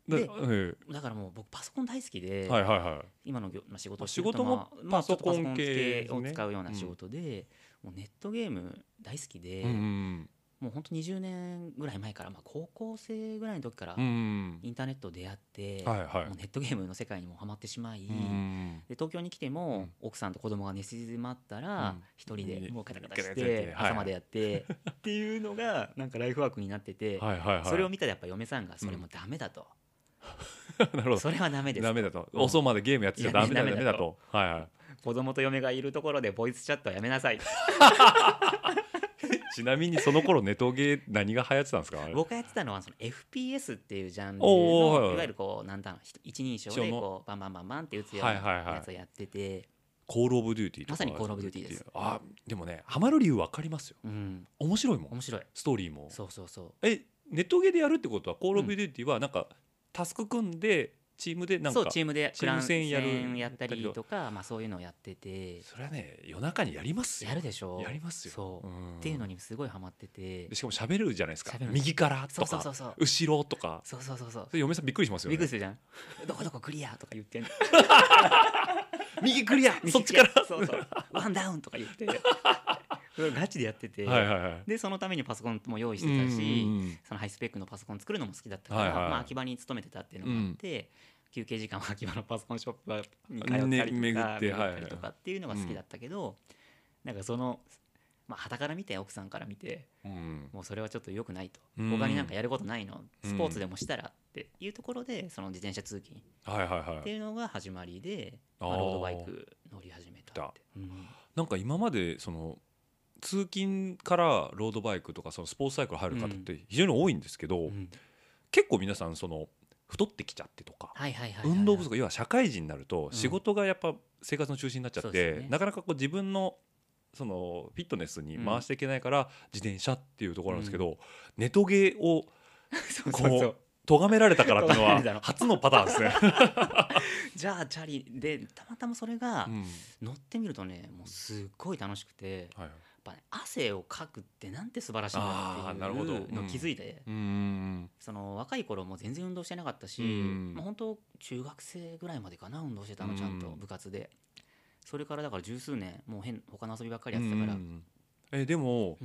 B: だ
C: で
B: え
C: うだからもう僕パソコン大好きで、
B: えはいはいはい
C: 今の業、まあ、仕事を
B: あ
C: してると
B: 仕事も
C: まあまあ
B: パソコン
C: ちょっと
B: 系
C: パソコン系を使うような
B: ですね
C: 仕事で、もうネットゲーム大好きで、
B: うん
C: もうほんと20年ぐらい前から、まあ、高校生ぐらいの時から
B: うん
C: インターネット出会って、
B: はいはい
C: もうネットゲームの世界にもハマってしまい、
B: うん
C: で東京に来ても、奥さんと子供が寝静まったら
B: うん
C: 一、人でもうカタカタし
B: ガタガタやって
C: て
B: はい
C: 朝までやって、っていうのがなんかライフワークになってて、
B: はいはいはい
C: それを見たらやっぱ嫁さんがそれもダメだと、
B: [LAUGHS] なるほど
C: それはダメです
B: ダメだと
C: うん
B: 遅までゲームやってちゃダメだ
C: いや
B: ダ
C: ダ
B: メ
C: メ
B: だ
C: だ
B: と
C: と
B: はいは
C: 子供と嫁がいるところでボイスチャットはやめなさい
B: いちなみにその頃ネトゲ何が流行ってたんですかあれ
C: 僕がやってたのはその FPS っていうジャンル
B: おーはいは
C: の
B: い
C: いわゆるこうなんだろうひ一人称
B: 一人
C: で
B: 称の
C: こうバンバンバンバンって打つような
B: はいはいはい
C: やつをやってて
B: コールオブデューティーとか
C: まさにコールオブデューティーです
B: あでもねハマる理由わかりますよ
C: うん
B: 面白いもん
C: 面白い
B: ストーリーも
C: そうそうそう
B: えネットゲーでやるってことはコールオブデューティーはなんかタスク組んでチームでなん
C: そ
B: か
C: うチームで
B: チ
C: ク
B: ー
C: ラ
B: ム
C: ン
B: 戦
C: 戦
B: や
C: や
B: る
C: ったりとかまあそういうのをやってて
B: それはね夜中にやりますよ
C: やるでしょ
B: やりますよ
C: そう
B: うん
C: っていうのにすごいハマってて
B: でしかも喋るじゃないですか
C: 喋るんです
B: 右から
C: そ
B: と
C: うそうそ
B: か
C: うそう
B: 後ろとか
C: そうそうそうそう
B: それ嫁さんびっくりしますよ
C: ビッグ
B: ね
C: スじゃんどこどこクリアとか言ってん
B: [LAUGHS] 右クリアそっちから
C: そうそうワンダウンとか
B: [LAUGHS]
C: 言ってガチでやってて
B: はいはいはい
C: でそのためにパソコンも用意して
B: うん
C: たし
B: うんうん
C: そのハイスペックのパソコン作るのも好きだったから、
B: はいはい
C: まあ、秋葉に勤めてたっていうのもあって、休憩時間は秋葉のパソコンショップに通ったりとか、
B: ね巡
C: 巡
B: っ
C: ってて
B: はいはい
C: りとかっていうのが好きだったけど、なんかそのまあ傍から見て奥さんから見て
B: うん
C: もうそれはちょっと良くないと、
B: うん
C: 他になんかやることないの
B: うん
C: スポーツでもしたらっていうところでその自転車通勤っ
B: はいはいは
C: て
B: い
C: いうのが始まりで、
B: あー
C: まあロードバイク乗り始めたって。うん
B: なんか今までその通勤からロードバイクとかそのスポーツサイクル入る方って非常に多いんですけど、
C: うん
B: 結構皆さんその太ってきちゃってとか、
C: はいはいはいはい
B: 運動不足要は社会人になると
C: ん
B: 仕事がやっぱ生活の中心になっちゃっ
C: そうで
B: て、
C: すね
B: なかなかこう自分のそのフィットネスに回していけないから自転車っていうところなんですけど、ネトゲを
C: [LAUGHS] そうそうそう
B: 咎められたからっていうの
C: [LAUGHS] 咎められた
B: は
C: の
B: 初のパターン
C: [LAUGHS]
B: ですね。
C: じゃあチャリでたまたまそれが
B: うん
C: 乗ってみるとねもうすっごい楽しくてやっ
B: はい
C: ぱ、ね、汗をかくってなんて素晴らしいんだ
B: あーなる
C: っ
B: ほ
C: て
B: ど
C: いうのを気づいて、
B: うん
C: その若い頃も全然運動してなかったし、
B: うん
C: まあ、本当中学生ぐらいまでかな運動してたのちゃんと
B: うん
C: 部活でそれからだから十数年もう変他の遊びばっかりやってたから、う
B: うんんえでも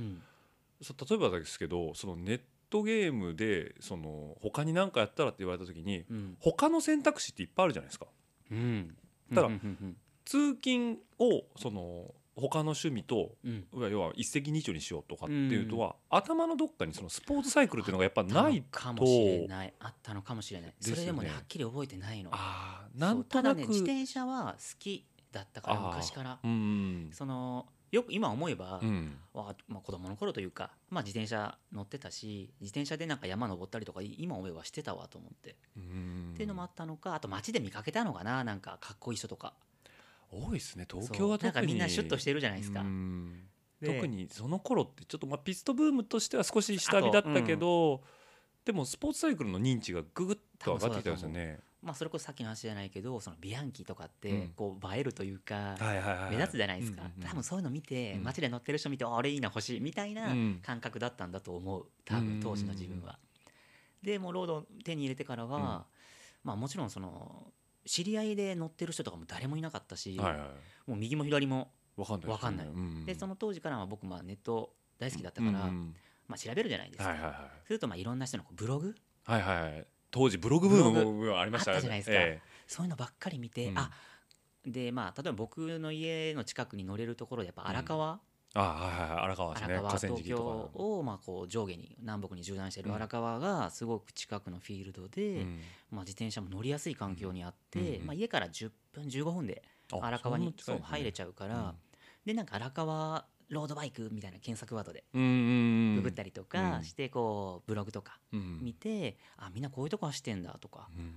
B: そ例えばですけどそのネットゲームでその他に何かやったらって言われた時に
C: うん
B: 他の選択肢っていっぱいあるじゃないですか
C: うん
B: ただ
C: うんうん
B: 通勤をその他の趣味と
C: うんう
B: 要
C: ん
B: は要は一石二鳥にしようとかっていうとは、頭のどっかにそのスポーツサイクルっていうのがやっぱない
C: あったのかもしれないあったのかもしれない、
B: です
C: そ
B: よね
C: れでもねはっきり覚えてないの
B: あーな
C: そ
B: ん
C: う
B: と
C: た
B: な
C: だ
B: く
C: ね自転車は好きだったから
B: あー
C: 昔から
B: うん
C: そのよく今思えば、
B: うん
C: わあまあ、子供の頃というか、まあ、自転車乗ってたし自転車でなんか山登ったりとかい今思えばしてたわと思って、
B: うん
C: っていうのもあったのかあと街で見かけたのかななんかかっこいい人とか
B: 多いですね東京は
C: そうなん
B: 特
C: か
B: に
C: みんなシュッとしてるじゃないですか、
B: うん
C: で
B: 特にその頃ってちょっとまあピストブームとしては少し下火だったけど、でもスポーツサイクルの認知がぐぐっと上がってきたんですよね。
C: まあ、それこそさっきの話じゃないけどそのビアンキとかっ
B: う
C: て
B: ん
C: こう映えるというか、
B: はいはいはいはい
C: 目立つじゃないですか、
B: うんうんうん
C: 多分そういうの見て、
B: うん
C: 街で乗ってる人見てああれいいな欲しいみたいな
B: うん
C: 感覚だったんだと思う多
B: うんうんうんうん
C: 分当時の自分は。でもうロードを手に入れてからは、まあ、もちろんその知り合いで乗ってる人とかも誰もいなかったし、
B: はいはいはい
C: もう右も左も
B: わかんないですよね
C: わかんない
B: うんうん
C: でその当時からは僕まあネット大好きだったから、
B: うん
C: まあ、調べるじゃないです
B: うん
C: か。
B: はいはい
C: するとまあいろんな人のこうブログ
B: はいはいはいはい当時ブログブー
C: ブロ
B: ムもありました
C: あったじゃないですか
B: え
C: そういうのばっかり見て、
B: うん
C: あでまあ例えば僕の家の近くに乗れるところでやっぱ荒川、
B: えあはいはいはい荒川ですね
C: 荒
B: 河
C: 川
B: 川
C: 東
B: 敷
C: 京
B: とか
C: をまあこう上下に南北に縦断していうる
B: ん
C: 荒川がすごく近くのフィールドで、
B: うん
C: まあ、自転車も乗りやすい環境にあって、
B: うんうん
C: まあ、家から10分15分で
B: あ
C: 荒川にそう入れ
B: ち
C: ちゃうか
B: ゃ
C: ら、でなんか荒川ロードバイクみたいな検索ワードで
B: うんうんうん
C: ググったりとか
B: うん
C: してこうブログとか
B: うん
C: 見て、あみんなこういうとこ走ってんだとか
B: うんうんうん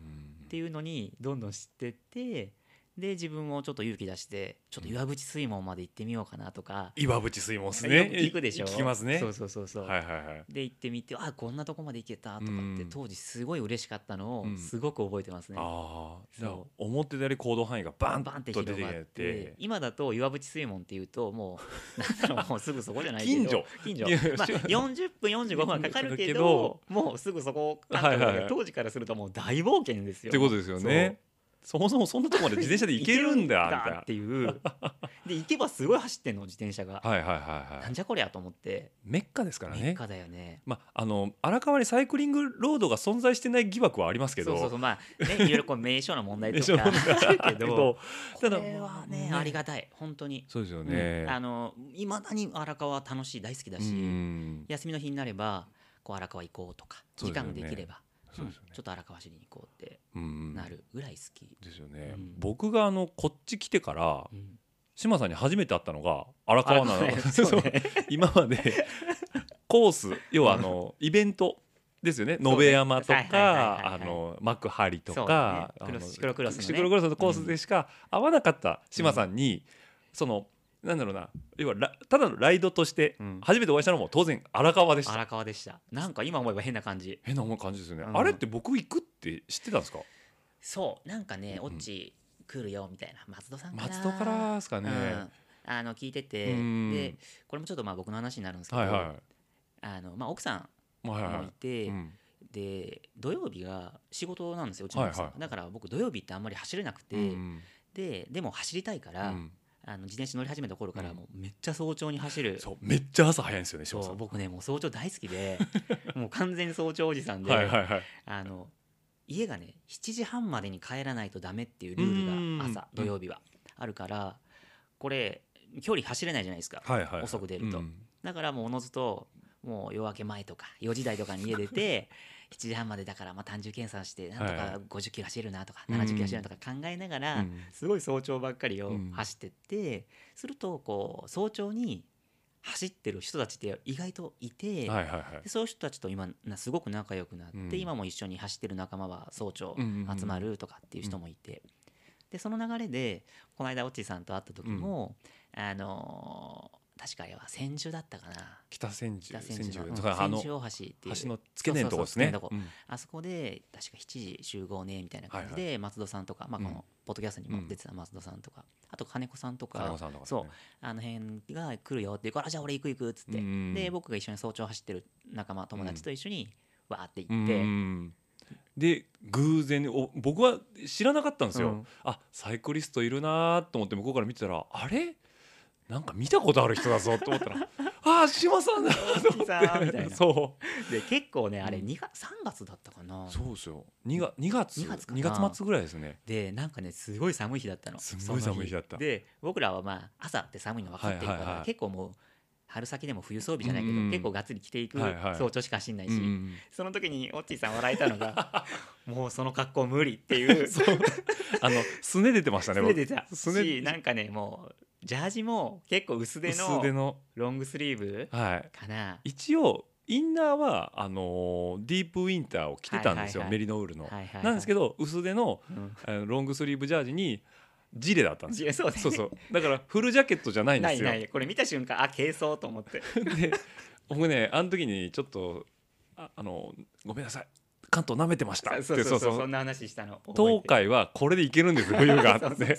C: っていうのにどんどん知ってってで自分もちょっと勇気出してちょっと岩淵水門まで行ってみようかなとか、
B: 岩淵水門です
C: よ
B: ね
C: く聞くでしょ
B: 聞きますね
C: そうそうそうそう、
B: はいはいはい
C: で行ってみてあこんなとこまで行けたとかっ
B: う
C: て
B: ん
C: 当時すごい嬉しかったの
B: う
C: を
B: ん
C: すごく覚えてますね。
B: ああじゃあ
C: そう
B: 思ってたより行動範囲がバン
C: バンって
B: と
C: 広
B: 出て
C: が
B: き
C: って
B: て
C: 今だと岩淵水門っていうとも
B: [LAUGHS]
C: うなんだろうもうすぐそこじゃないけど
B: 近所
C: 近
B: いや
C: 所、まあ、40分45分はかかるけどもうすぐそこだったので
B: はいはいはい
C: 当時からするともう大冒険ですよ。
B: ってことですよねそもそもそんなとこまで自転車で行ける
C: [LAUGHS]
B: んだみたい
C: 行けるんだっていうで行けばすごい走ってんの自転車が、
B: なはいはいはいは
C: ないんじゃこりゃと思って
B: メッカですから
C: メッ
B: ね
C: カだよね
B: まああの荒川にサイクリングロードが存在してない疑惑はありますけど
C: そうそうそうまあねいろいろこう名所の問題とか
B: 名所の問題
C: ある [LAUGHS] けど
B: ただ
C: これはねありがたい本当に
B: そうですよね
C: うんあのいまだに荒川は楽しい大好きだし、
B: うん
C: 休みの日になればこう荒川行こうとか
B: そう
C: 時
B: ですよね
C: 間できれば、
B: そうですよね
C: うんちょっと荒川走りに行こうって
B: うん
C: なるぐらい好き、
B: ですよね
C: うん
B: 僕があのこっち来てから
C: うん
B: 志麻さんに初めて会ったのが荒川なの
C: 荒川ね [LAUGHS]
B: [LAUGHS]
C: そうね
B: 今までコース要はあのイベントですよね
C: うね
B: 野辺山と
C: はいはい
B: か
C: はいはいはい
B: あの幕張とか
C: そうねクロス
B: あの
C: シクロクロスのね
B: シクロクロスのコースでしか会わなかった志麻さんに、そのなんだろうな要はラただのライドとして
C: うん
B: 初めてお会いしたのも当然荒川でした
C: 荒川でしたなんか今思えば変な感じ
B: 変な思い感じですよね、
C: うん
B: あれって僕行くって知ってたんですか
C: そうなんかね
B: うん
C: オッチ来るよみたいな松戸さんかな
B: 松戸からですかね、
C: うんあの聞いてて
B: うん
C: でこれもちょっとまあ僕の話になるんですけど、
B: はいは
C: あのまあ、奥さ
B: いは
C: ん
B: い
C: も
B: はい
C: て、
B: い、うん
C: で土曜日が仕事なんですようちの奥さん、
B: はいはい
C: だから僕土曜日ってあんまり走れなくて、
B: うん
C: ででも走りたいから、
B: うん
C: あの自転車乗り始めた頃から
B: うん
C: もうめっちゃ早朝に走る、
B: そうめっちゃ朝早いんですよね志
C: そ
B: 麻さ
C: うん僕ねもう早朝大好き
B: [LAUGHS]
C: でもう完全に早朝おじさんで、
B: はいはいはい
C: あの家がね7時半までに帰らないとダメっていうルールが朝
B: うん
C: 土曜日はあるからこれ距離走れないじゃないですか、
B: はいはい、
C: 遅く出ると
B: うん
C: だからもうおのずともう夜明け前とか4時台とかに家出て [LAUGHS] 7時半までだからまあ単純計算してなんと
B: はいは
C: か
B: い
C: 50キロ走れるなとか
B: うん
C: 70キロ走れるなとか考えなが
B: う
C: ら
B: ん
C: すごい早朝ばっかりを
B: うん
C: 走ってってするとこう早朝に走ってる人たちって意外といて
B: はいはいはい
C: でそういう人たちと今なすごく仲良くなって、
B: うん
C: 今も一緒に走ってる仲間は早朝
B: うんうんうん
C: 集まるとかっていう人もいて、でその流れでこの間オッチーさんと会った時も、あのー確かあれは千住だったかな
B: 北千住
C: 北千住のうん
B: だからあの
C: 千住
B: 橋
C: 大橋っていう
B: の付け根のとこですね
C: そうそうそう付け根のとこ
B: うん
C: あそこで確か7時集合ねみたいな感じ
B: は
C: で松戸さんとか、まあ、
B: うん
C: このポッドキャストにも出てた松戸さんとか、あと金子さんと
B: 金
C: か
B: 子さんとか
C: そうあの辺が来るよって言うからあじゃあ俺行く行くっつって、
B: うん
C: で僕が一緒に早朝走ってる仲間友達と一緒にわーって
B: う
C: 行って。 [LAUGHS]
B: んで偶然お僕は知らなかったんですよ、
C: うん
B: あサイクリストいるなーと思って向こうから見てたらあれなんか見たことある人だぞと思った
C: [LAUGHS]
B: らああ志麻さんだと思
C: おじさんみ
B: った
C: い
B: て
C: な
B: そ
C: で結構ねあれ
B: うん
C: 2月3月だったかな
B: うそうですよ 2, が2月
C: 2月かな
B: 二月末ぐらいですね
C: でなんかねすごい寒い日だったの
B: すごい
C: その
B: 寒い日だった
C: で僕らはまあ朝って寒いの分かってるから、
B: はいはいはい
C: 結構もう春先でも冬装備じゃないけ
B: う
C: ど、
B: んうん
C: 結構がっつり着ていく
B: はいはい
C: 早朝しか走んないし、
B: うん
C: その時にオッチーさん笑えた
B: [LAUGHS]
C: のがもうその格好無理っていう
B: そうあのすね出てましたね
C: す
B: 僕
C: れてた
B: すね
C: しなんかねもうジャージも結構薄手
B: 薄
C: の
B: 手の
C: ロングスリーブ
B: はい
C: かな
B: 一応インナーはあのーディープウィンターを着てたんですよ、
C: はいはいはい
B: メリノウールの、
C: はいはいはい
B: なんですけど薄手の
C: うん
B: あのロングスリーブジャージにジレだったんですよ
C: ジレそうだね
B: そうだからフルジャケットじゃないんで
C: な
B: す
C: い
B: よ
C: ないこれ見た瞬間あ軽装と思って
B: で僕ねあの時にちょっとああのごめんなさい関東舐めてましたって
C: そうそうそうそ
B: そうん
C: な話したの覚え
B: 東
C: てる
B: 海はこれでいけるんですよ冬があっ
C: [LAUGHS] そうそう
B: て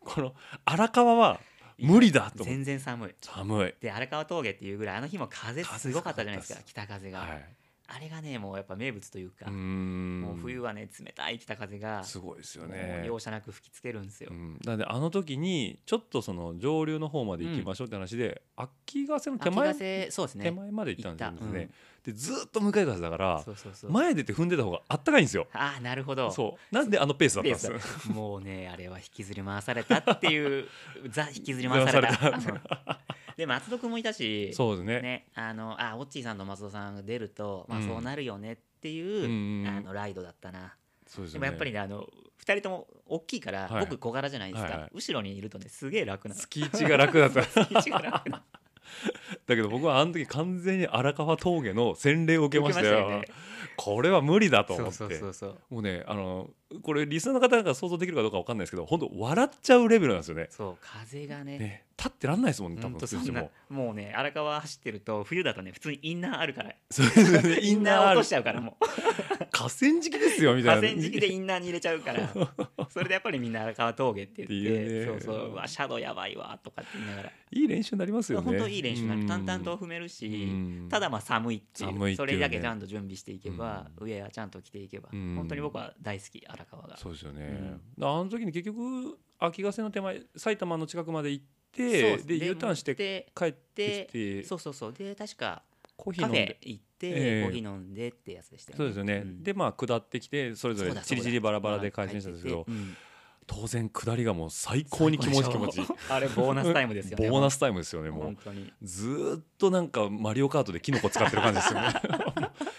B: この荒川は無理だと思って
C: 全然寒い
B: 寒い、
C: で荒川峠っていうぐらいあの日も風すごかったじゃないですか
B: 風
C: 北風が、
B: はい、
C: あれがねもうやっぱ名物というか、
B: うーん
C: もう冬はね冷たい北風が
B: すごいですよ
C: も
B: ね
C: う容赦なく吹きつけるんですよ、
B: うん、なんであの時にちょっとその上流の方まで行きましょうって話で、秋ヶ瀬の手
C: 秋
B: 前、
C: ヶ瀬そうですね
B: 手前まで行ったんですよね
C: 行っ、
B: でずっと向かい風だから
C: そうそうそう
B: 前出て踏んでた方があったかいんですよ
C: ああなるほど
B: そうなんであのペースだったん
C: ペ
B: で
C: ー
B: す
C: スだもうねあれは引きずり回されたっていう
B: [LAUGHS]
C: ザ引きずり回され
B: 回
C: た
B: さ
C: うんで松戸君もいた
B: [LAUGHS]
C: し
B: そうですね
C: ねあのあオッチーさんと松戸さんが出ると、ま
B: う
C: あ、
B: ん
C: そうなるよねって
B: う
C: いう、
B: ん
C: あのライドだったな
B: そうです
C: で
B: よ
C: も
B: ね
C: やっぱりねあの2人とも大きいから、
B: はい
C: 僕小柄じゃないですか、
B: はいはい
C: 後ろにいるとねすげえ楽なの
B: 月一が楽だった
C: [LAUGHS] 一が楽なの
B: だけど僕はあの時完全に荒川峠の洗礼を受けましたよ
C: 受け
B: [LAUGHS] これは無理だと
C: そ
B: 思
C: う
B: って
C: そうそうそう
B: もうねあのこれリスナーの方が想像できるかどうかわかんないですけど本当笑っちゃうレベルなんですよね
C: そう風がね
B: ね立ってらんないですもんね多
C: ほん
B: 分
C: とそ
B: 通知
C: んな
B: も
C: もうね荒川走ってると冬だとね普通にインナーあるから
B: そうですね
C: [LAUGHS] イ
B: [LAUGHS] イ
C: ン
B: ン
C: ナー
B: ナーあ
C: 落
B: る
C: としちゃうからもう
B: 河川敷ですよみたい
C: 河
B: な
C: 川敷でインナーに入れちゃうから
B: [LAUGHS]
C: それでやっぱりみんな荒川峠って言って
B: っていうね
C: そうそううわシャドウやばいわとかって言いながら、
B: いい練習になりますよね
C: 本当いい練習にな
B: う
C: る
B: ん
C: 淡々と踏めるし、
B: うん
C: ただまあ寒いっていう
B: 寒いってい
C: そう
B: ね
C: れだけちゃんと準備していけば、ウェアちゃんと着ていけば、
B: うん
C: 本当に僕は大好き荒川が
B: そうですよね、
C: うん
B: だからあの時に結局秋ヶ瀬の手前埼玉の近くまで行って
C: そう
B: で U ターンして
C: で
B: 帰ってきて
C: そうそうそうで確か
B: コーヒー
C: カ
B: 飲ん
C: フ
B: で
C: ェ行って、
B: ええ
C: コーヒー飲んでってやつでしたよね
B: そうですよね、
C: ん
B: でまあ下ってきてそれぞ
C: そう
B: れ
C: だ
B: チリチリバラバラで回線したんですけど、当然下りがもう最高に気持ちいい気持ちいい
C: い [LAUGHS] あれボーナスタイムですよね
B: ボーナ
C: ス
B: スタイムですよねもう
C: 本当に
B: ずーっとなんかマリオカートでキノコ使ってる感じです
C: [LAUGHS]
B: よね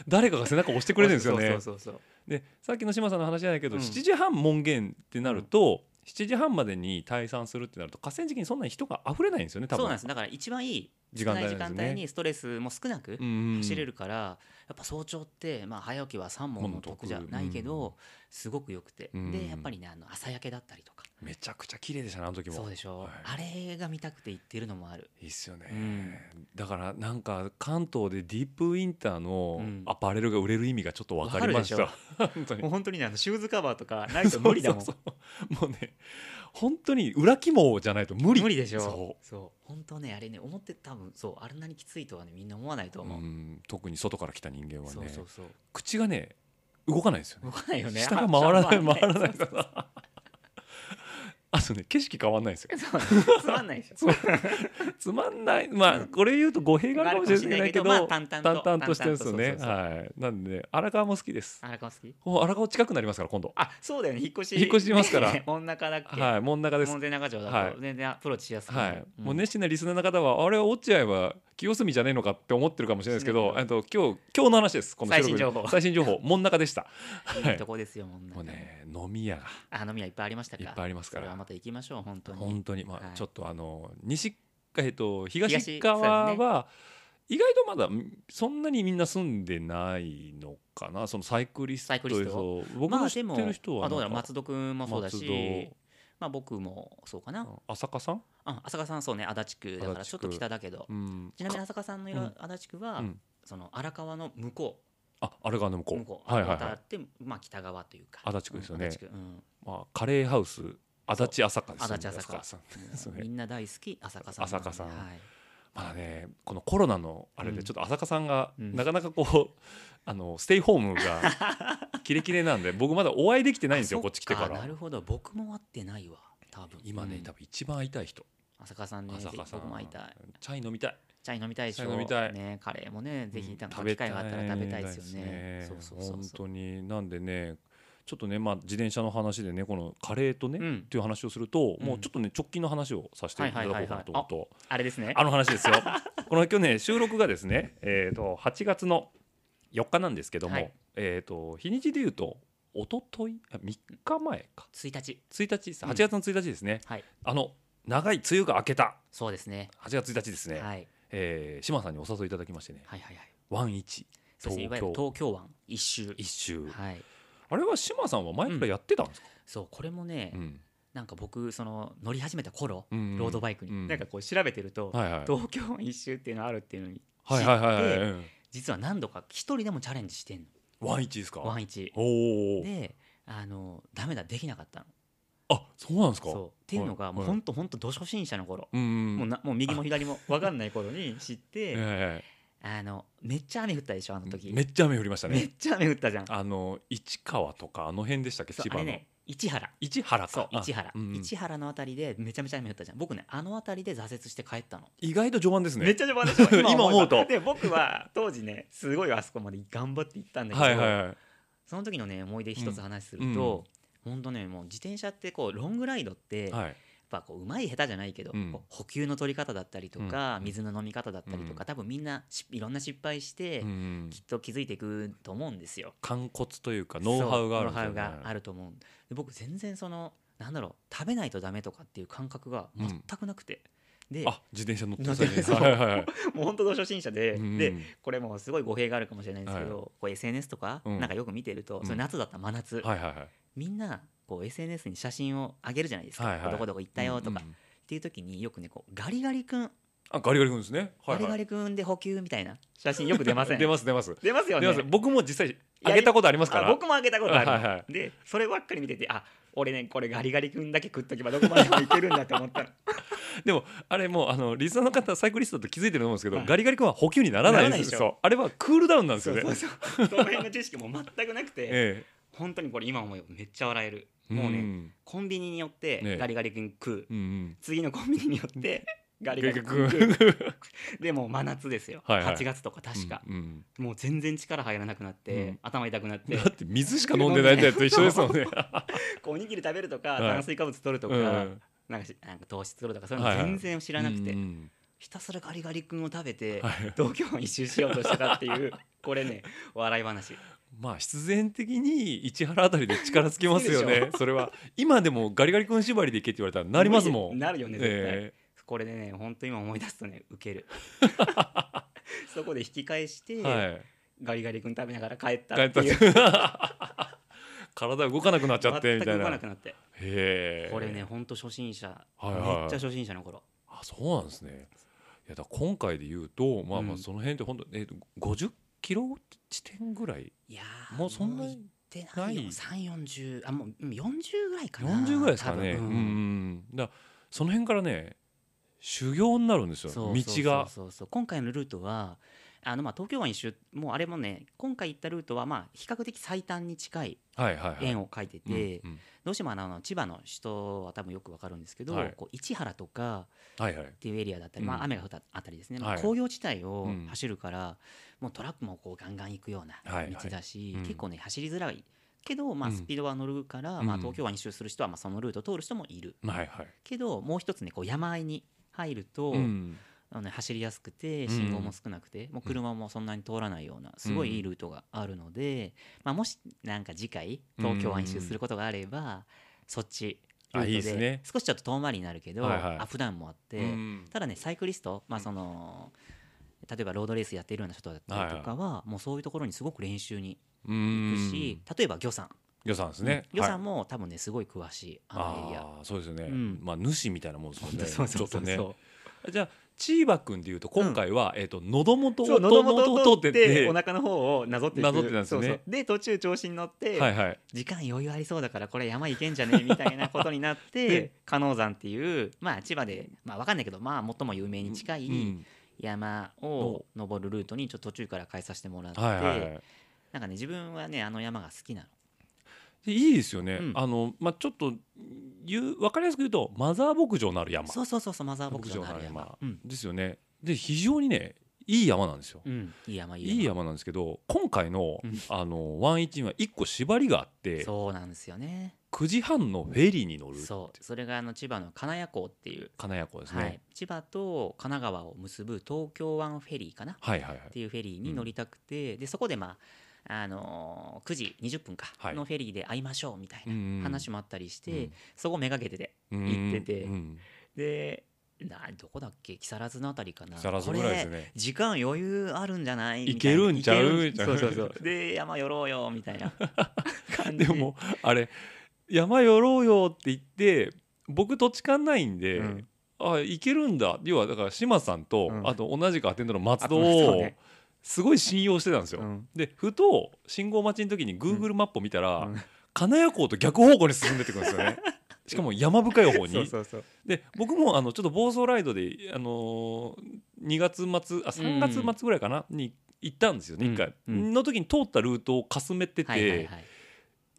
B: 誰かが背中押してくれてるんですよね
C: そうそうそうそう
B: でさっきの島さんの話じゃないけど、
C: うん
B: 7時半門限ってなると、7時半までに退散するってなると河川敷にそんなに人が溢れないんですよね多分
C: そうなんですだから一番いい
B: 時
C: 少
B: 間
C: な
B: 帯
C: い
B: なんです
C: 時
B: ね
C: 間帯にストレスも少なく
B: うん
C: 走れるから、やっぱ早朝って、まあ、早起きは三問の得じゃないけど、
B: うん
C: すごくよくて、
B: うん
C: でやっぱりねあの朝焼けだったりとか、
B: めちゃくちゃ綺麗でしたねあの時も
C: そうでしょ、
B: はい
C: あれが見たくて行ってるのもある
B: いいっすよね、
C: うん
B: だからなんか関東でディープウィンターの
C: うん
B: アパレルが売れる意味がちょっと分かりました、
C: わか
B: 本当に
C: もう本当にねあのシューズカバーとかないと無理だもん
B: そうそうそうもうね本当に裏肝じゃないと無理
C: 無理でしょ
B: そ
C: そう本当ねあれね思って多分そうあんなにきついとはねみんな思わないと
B: う、う
C: 思う、
B: ん、特に外から来た人間はね
C: そうそうそう
B: 口がね動かないんですよね
C: 動かないよね
B: 下が回らない回ら
C: い
B: ないから [LAUGHS] あとね景色変わんないんです
C: [LAUGHS]
B: よ
C: そうそうつまんないでしょ
B: そうつまんないまあこれ言うと語弊があるかもしれないけど
C: あるかもしれないけどまあ淡々と
B: 淡々としてるんですよね
C: 淡々とそう
B: はいなんでね荒川も好きです
C: 荒川好き
B: お荒川近くなりますから今度
C: あそうだよね引っ越し
B: 引っ越ししますから
C: [LAUGHS] ね門中だっけ、
B: はい門中です
C: 門前仲町
B: は
C: だ
B: い
C: と全然アプローチしやすくな
B: は
C: る
B: い、
C: ん
B: もう熱心なリスナーの方はあれ落合は清澄じゃねえのかって思ってるかもしれないですけど
C: 知ら
B: えっと今日今日の話ですこの収録
C: 最新情報
B: 最新情報門中でした、はい
C: い
B: い
C: と、こですよもんな
B: もうね飲み屋が
C: あ飲み屋いっぱいありましたか
B: いっぱいありますから
C: それはまた行きましょう本当に
B: 本当にま
C: は
B: あ
C: い
B: ちょっとあの西えっと東
C: 東そう
B: 側
C: ですね
B: は意外とまだんそんなにみんな住んでないのかなそのサイクリスト
C: サイクリスト
B: そう僕の知ってる人
C: ま
B: は
C: あでもあどう
B: な
C: だろ
B: んか
C: う松戸君もそうだ
B: 松
C: しまあ僕もそうかな、
B: 戸浅香さん、
C: あ浅香さんそうね足立区だか
B: 足立
C: ら
B: 区
C: ちょっと北だけど
B: うん、
C: ちなみに浅香さんのいる足立区は、
B: うん
C: その荒川の向こ
B: ああれが向
C: う
B: こう
C: 向こう
B: はいはい
C: 渡
B: は
C: っ
B: い、
C: て、まあ、北側というか
B: 足立区ですよね
C: うん足立区うん
B: まあ、カレーハウス足立朝香ですよね
C: 足立朝霞
B: さんそう
C: もう
B: ね
C: みんな大好き浅香さん
B: 浅香さん
C: はい
B: まだねこのコロナのあれ
C: う
B: で
C: ん
B: ちょっと浅香さんが
C: うん
B: なかなかこう [LAUGHS] あのステイホー
C: [LAUGHS]
B: ムがキレキレなんで僕まだお会いできてないんですよ
C: あ
B: こっち来てか
C: そっ
B: ら
C: なるほど僕も会ってないわ多分
B: 今ね
C: うん
B: 多分一番会いたい人
C: 浅香さんね
B: 朝
C: ぜ
B: 香
C: ひ
B: さん
C: 僕も会いたい
B: チャイ飲みたい
C: チャイ飲みたいでしょ
B: チャイ飲みたい
C: ねカレーもねぜ
B: う
C: ひ
B: ん
C: なんか
B: 食べ
C: 機会があったら食べたいですよね
B: たい
C: そう
B: です
C: そ
B: ね
C: うそう
B: 本
C: そう
B: 当になんでねちょっとねまあ自転車の話でねこのカレーとね、
C: うん
B: っていう話をすると、
C: うん
B: もうちょっとね直近の話をさせていただこうかなと思うと、
C: あれですね
B: [LAUGHS] あの話ですよこの去年収録がですねえーと8月の4日なんですけども、
C: はい
B: えーと日にちでいうと一昨日あ3日前か
C: 1日
B: 1日です
C: うん
B: 8月の1日ですね、
C: はい
B: あの長い梅雨が明けた
C: そうですね
B: 8月1日です
C: は
B: ね、
C: いはい
B: えー、島さんにお誘いいただきましてね
C: はいはい
B: ワンイチ
C: そしていわゆる東京湾一周
B: 一周
C: はい
B: あれは島さんは前からやってたんですか、
C: そうこれもね
B: うん
C: なんか僕その乗り始めた頃
B: うん
C: ロードバイク
B: う
C: に
B: ん
C: なんかこう調べてると
B: はいはい
C: 東京湾一周っていうのあるっていうのに知
B: はいはいはいはい
C: って実は何度か一人でもチャレンジしてんの
B: うワンイチですか
C: ワンイチ
B: おお
C: であのダメだできなかったの
B: あそうなんですか
C: そうっていうのが、
B: はい
C: もう
B: はい
C: ほんとほんとど初心者の頃、
B: うんうん
C: もうなもう右も左も分かんない頃に知って
B: [LAUGHS] え
C: あのめっちゃ雨降ったでしょあの
B: え
C: 時
B: めっちゃ雨降りました
C: めっ
B: ね
C: ちゃ雨降ったじゃん
B: あの市川とかあの辺でしたっけ
C: そう
B: 千
C: あ
B: 葉
C: れ
B: の
C: ね市原
B: 市原
C: そう
B: かあ
C: 市原、
B: うんうん
C: 市原のあたりでめちゃめちゃ雨降ったじゃん僕ねあの辺りで挫折して帰ったの
B: 意外と序盤です
C: めっ
B: ね
C: ちゃ邪魔でしょ
B: [LAUGHS] 今思うと
C: えばで僕は当時ねすごいあそこまで頑張って行ったんだけど、
B: はいはいはい
C: その時のね思い出一つ話すると、ほんとねもう自転車ってこうロングライドって、やっ
B: はい
C: ぱこううまい下手じゃないけど、
B: うん
C: こう補給の取り方だったりとか、
B: うん
C: 水の飲み方だったりとか、
B: うん
C: 多分みんなしいろんな失敗して、
B: うんうん
C: きっと気づいていくと思うんですよ。
B: 肝骨というかノウハウがあるんですよ
C: そうノウハウがあ
B: ね
C: ると思うで僕全然そのなんだろう食べないとダメとかっていう感覚が全くなくて、で
B: あ自転車乗ってたね
C: そう
B: はいはいはい
C: もう本当の初心者で、
B: うん
C: でこれもうすごい語弊があるかもしれないんですけど、こう SNS とか、
B: うん
C: なんかよく見てると、
B: うん
C: それ夏だったら真夏、
B: はいはいはい
C: みんなこう SNS に写真を上げるじゃないですか、
B: はいはい
C: どこどこ行ったよとか、
B: うんうん
C: っていう時によくねこうガリガリ君、
B: あガリガリ君ですねはい
C: ガリガ
B: はい
C: リ君で補給みたいな写真よく出ませ
B: [LAUGHS]
C: ん
B: 出ます出ます
C: 出ますよね
B: 出ます僕も実際あげたことありますか
C: あ
B: ら
C: 僕もあげたことある、
B: はいは
C: でそればっかり見ててあ俺ねこれガリガリ君だけ食っとけばどこまでもいけるんだと
B: [LAUGHS]
C: 思ったの
B: でもあれもうあのリスナーの方サイクリストって気づいてると思うんですけど、
C: はい
B: ガリガリ君は補給にならないんです
C: ならないでしょ
B: そうあれはクールダウンなんです
C: そ
B: よ
C: う
B: ね
C: そうそうその辺の知識も全くなくて、
B: [LAUGHS] え
C: 本当にこれ今思えばめっちゃ笑える
B: え
C: もうね、
B: ん
C: コンビニによっ
B: ね
C: てガリガリ君食う、
B: うんうん
C: 次のコンビニによってガリガ
B: ガリ
C: リ
B: ガリ
C: 君食
B: 君
C: うでもう真夏ですよ、
B: はいはい
C: 8月とか確か、
B: うんうん
C: もう全然力入らなくなって、
B: うん
C: 頭痛くなって
B: だって水しか飲んでないやつと一緒ですもんね
C: [LAUGHS] こうおにぎり食べるとか、
B: はい
C: 炭水化物取るとか、
B: うん
C: なんかしなんか糖質取るとかそういうの
B: はいはい
C: 全然知らなくて、
B: うん
C: ひたすらガリガリ君を食べて、
B: はい
C: 東京を一周しようとしてたっていう [LAUGHS] これね笑い話
B: まあ必然的に市原あたりで力つきますよ
C: つく
B: ねそれは今でもガリガリ君縛りでいけって言われたらなりますもん
C: なるよね絶対、
B: え
C: これでね本当今思い出すとねウ
B: [LAUGHS]
C: ケるそこで引き返して、
B: えはい
C: ガリガリ君食べながら帰った
B: 帰
C: っ
B: ってた
C: いう
B: [LAUGHS] 体動かなくなっちゃって
C: 全
B: み
C: く
B: たいな
C: 動
B: へ
C: かなくなって、
B: え
C: これね本当初心者、
B: はいはい
C: めっちゃ初心者の頃
B: あそうなんですね。いやだから今回で言うと、まあま
C: う
B: あ
C: ん
B: その辺って本当えっと五十キロ地点ぐらい、
C: いやー
B: もうそんな
C: も行ってないよ
B: ない
C: 340あもううん40ぐらいかな
B: 四十ぐらいですかね。
C: 多
B: うんう
C: 分うん
B: んうん。だからその辺からね修行になるんですよ。
C: そう
B: 道が
C: そうそうそうそう今回のルートはあのまあ東京湾一周もうあれもね今回行ったルートはまあ比較的最短に近い
B: はいはいはい。
C: 円を書いてて、
B: うんうん
C: どうしてもあのあの千葉の人は多分よくわかるんですけど、
B: はい
C: こう市原とか
B: はいはい。
C: っていうエリアだったり、
B: うん
C: まあ、雨が降ったあたりですね、まあ
B: はい
C: 工業地帯を
B: うん
C: 走るから、もうトラックもこうガンガン行くような
B: はいはい
C: 道だし、
B: うん
C: 結構ね走りづらいけど、ま
B: う
C: あ、
B: ん
C: スピードは乗るから、
B: うん
C: まあ、東京湾一周する人はまあそのルート通る人もいる
B: はいはい。
C: けどもう一つねこう山あいに入ると、
B: うん
C: あのね走りやすくて
B: うん
C: 信号も少なくて、もう車もそんなに通らないようなすごいいいルートがあるので、まあ、もしなんか次回東京湾一周することがあれば、そっちル
B: あいいで
C: ート
B: す
C: で
B: ね
C: 少しちょっと遠回りになるけど、
B: はいはい
C: アップダウンもあって、
B: うん
C: ただねサイクリスト、まあ、その例えばロードレースやっているような人だったりとかは、もうそういうところにすごく練習に行くし、例えば魚さん
B: 予算ですね。
C: 魚さ
B: はい
C: んも多分ねすごい詳しいあのエリア。
B: ああそうですよね。
C: うん
B: まあ主みたいなもんですもんね。
C: そうそうそう
B: ちょっと
C: そ
B: ね。
C: う
B: じゃあチーバくんで言うと今回はえっと喉元を
C: そう喉
B: 喉
C: 元
B: 元
C: を
B: を
C: 通
B: 通
C: っ
B: ってて
C: お腹の方をなぞっていく
B: なぞってたんですね
C: そうそうで途中調子に乗って、
B: はいはい。
C: 時間余裕ありそうだからこれ山行けんじゃねえみたいなことになっ
B: [LAUGHS]
C: て
B: で
C: 加納山っていうまあ千葉でまあわかんないけどまあ最も有名に近
B: う
C: い
B: ん
C: 山を登るルートにちょっと途中から変えさせてもらって、
B: はいはいはい。
C: なんかね自分はねあの山が好きなの。
B: でいいですよね、
C: うん
B: あのまあ、ちょっと言う分かりやすく言うとマザー牧場のある山
C: そうそうそうそうマザー牧場のある
B: 牧場のあ
C: 山
B: る。
C: うん、
B: ですよねで非常にねいい山なんですよ、
C: うん、いい山いい山
B: いい山なんですけど今回の,、
C: うん
B: あのワンイチンは1個縛りがあって
C: そうなんですよね。
B: 9時半のフェリーに乗る
C: そうそれがあの千葉の金谷港っていう。
B: 金谷湖です
C: はい
B: ね、、
C: 千葉と神奈川を結ぶ東京湾フェリーかな
B: はい、はいはい
C: っていうフェリーに乗りたくて、でそこでまあ、あのー9時20分か
B: はい
C: のフェリーで会いましょうみたいな話
B: も
C: もあったりして、
B: うん
C: そこめがけてて行っててでなどこだっけ木更津のあたりかな
B: 木更津ぐらいです
C: これ
B: ね
C: 時間余裕あるんじゃないみた
B: いけるんちゃう
C: い
B: み
C: け
B: たいな
C: るんそうそうそうで山寄ろうよみたい
B: [LAUGHS]
C: な感じ
B: でもあれ山寄ろうよって言って僕土地勘ないんで、
C: うん
B: あ行けるんだ要はだから島さんと、
C: うん
B: あと同じくアテンドの松戸
C: あそう
B: を
C: ね
B: すごい信用してたんですよ、
C: うん
B: でふと信号待ちの時に Google マップを見たら、
C: うん
B: 金谷港と逆方向に進んでってくるんですよ
C: [LAUGHS]
B: ねしかも山深い方に
C: そうそうそう
B: で僕もあのちょっと暴走ライドで、あのー、2月末あ3月末ぐらいかな、に行ったんですよね
C: うん
B: 1回、
C: うん
B: の時に通ったルートをかすめてて、
C: はいはいはい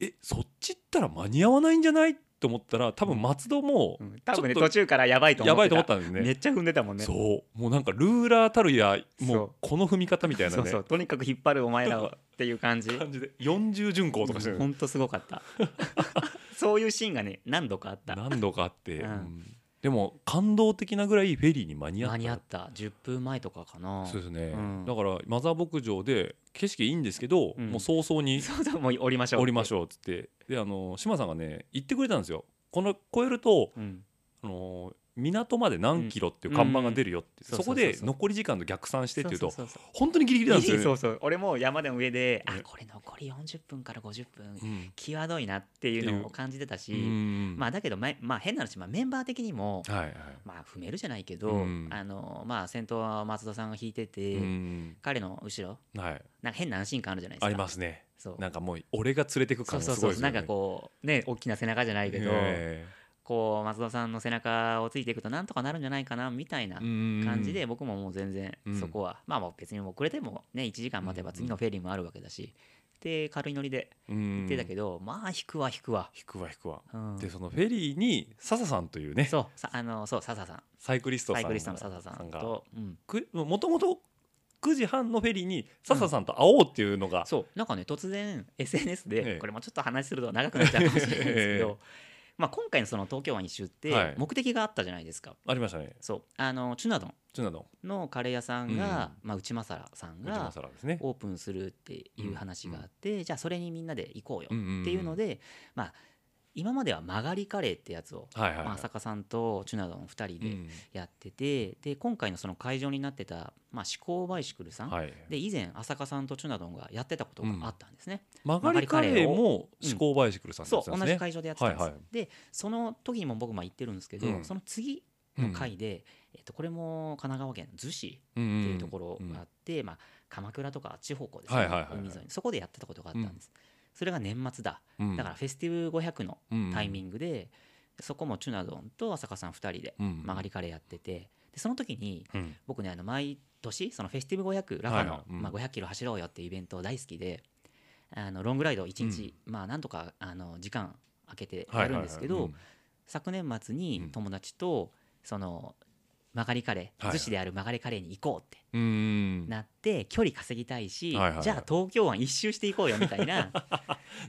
B: えそっち行ったら間に合わないんじゃないと思ったら多分松戸も
C: うん多分ね
B: ちょっと
C: 途中からやばいと思ってた
B: やばいと思ったんですね。
C: めっちゃ踏んでたもんね
B: そううもうなんかルーラーたるやも
C: そうう
B: この踏み方みたいなね
C: そうそうとにかく引っ張るお前らをっていう
B: [LAUGHS]
C: 感じ
B: 感じで40巡航とかしてる、
C: ほんとすごかった
B: [LAUGHS]
C: そういうシーンがね何度かあった
B: 何度かあって、
C: うん
B: うんでも感動的なぐらいフェリーに間に合った
C: 間に合った10分前とかかな
B: そうですね、
C: うん
B: だからマザー牧場で景色いいんですけど、
C: うん
B: もう早々
C: [LAUGHS]
B: に
C: そうそうもう降りましょう
B: 降りまし
C: ょ
B: ょうっつってであの志麻さんがね言ってくれたんですよこの超えると
C: う、うん、
B: あの港まで何キロっていう看板が出るよって、
C: うんう
B: そ
C: ん
B: こ
C: そうそう
B: で
C: そうそう
B: 残り時間と逆算してっていうと
C: そうそうそう
B: 本当にギリギリなんですよね。
C: そうそう俺も山でも上で、
B: ね
C: あこれ残り40分から50分
B: うん
C: 際どいなっていうのを感じてたし、
B: うん
C: まあだけど、ままあ、変な話、まあ、メンバー的にも、
B: はいはい
C: まあ、踏めるじゃないけど、
B: うん
C: あのまあ、先頭は松戸さんが引いてて、
B: うん
C: 彼の後ろ
B: はい、
C: なんか変な安心感あるじゃないですか
B: ありますね
C: そう
B: なんかもう俺が連れてく
C: そ
B: 感
C: う
B: が
C: そう
B: す
C: そ
B: ご
C: う
B: いですよ
C: な
B: ね
C: んかこうね大きな背中じゃないけど、
B: え
C: こう松戸さんの背中をついていくとなんとかなるんじゃないかなみたいな
B: えうん
C: 感じで、僕ももう全然
B: うん
C: そこは、まあまあ別に遅れてもね1時間待てば次のフェリーもあるわけだし、で軽い乗りで
B: うん
C: 行ってたけど、まあ引くわ引くわ、
B: 引くわ引くわ
C: うん
B: でそのフェリーに笹さんというね
C: そうさあのそう笹さん
B: サイクリストさ
C: サ
B: ん
C: イクリストの笹さん
B: が
C: と、うん、
B: くもともと9時半のフェリーに笹さんと会おうっていうのが、
C: そうなんかね突然 SNS
B: ええ
C: でこれもちょっと話すると長くなっちゃうかもしれないんですけ
B: [LAUGHS] ええ
C: ど、まあ、今回のその東京湾一周っ
B: はい
C: て目的があったじゃないですか、
B: ありましたね
C: そうあのチュナドン
B: チュナの
C: のカレー屋さんが、まあ、内政さん
B: 内間
C: が
B: 皿ですね
C: オープンするっていう話があって、じゃあそれにみんなで行こうよ
B: んんん
C: っていうので、まあ今までは曲がりカレーってやつを、
B: はいはい、
C: まあ、
B: はい
C: 浅香さんとチュナドン2
B: う
C: 人で
B: ん
C: やってて、で今回のその会場になってた、まあ、思考バイシクルさん、
B: はい、
C: で以前浅香さんとチュナドンがやってたことがあったんですね、
B: 曲がりカレーも
C: うん
B: 思考バイシクルさん
C: そう
B: です
C: 同じ会場でやってたんです、
B: はいはい
C: でその時にも僕も行ってるんですけど、
B: うん
C: その次の回で、えっと、これも神奈川県の逗子
B: て
C: ってい
B: いう
C: ところがあって、まあ、鎌倉とかあっち方向です
B: は
C: ね
B: いはいはいはい
C: 海沿いにそこでやってたことがあったんです、それが年末だだからフェスティブ500のタイミ
B: ン
C: ングで、そこもチュナドンと浅香さん2人で
B: グ、うん
C: 曲がりカレーやっててでその時に
B: うん
C: 僕ねあの毎年そのフェスティブ500ラファの、
B: はいはいうん
C: まあ、500キロ走ろうよっていうイベント大好きであのロングライド1日、まあなんとかあの時間空けてやるんですけど、
B: はいはいはい
C: 昨年末
B: うん
C: に友達とその曲がりカレ
B: は
C: ー
B: い
C: 逗子である曲がりカレーに行こうって
B: うんうんな
C: なって距離稼ぎたい
B: は
C: し、
B: いはいはい
C: じゃあ東京湾一周していこうよみたい
B: [LAUGHS]
C: な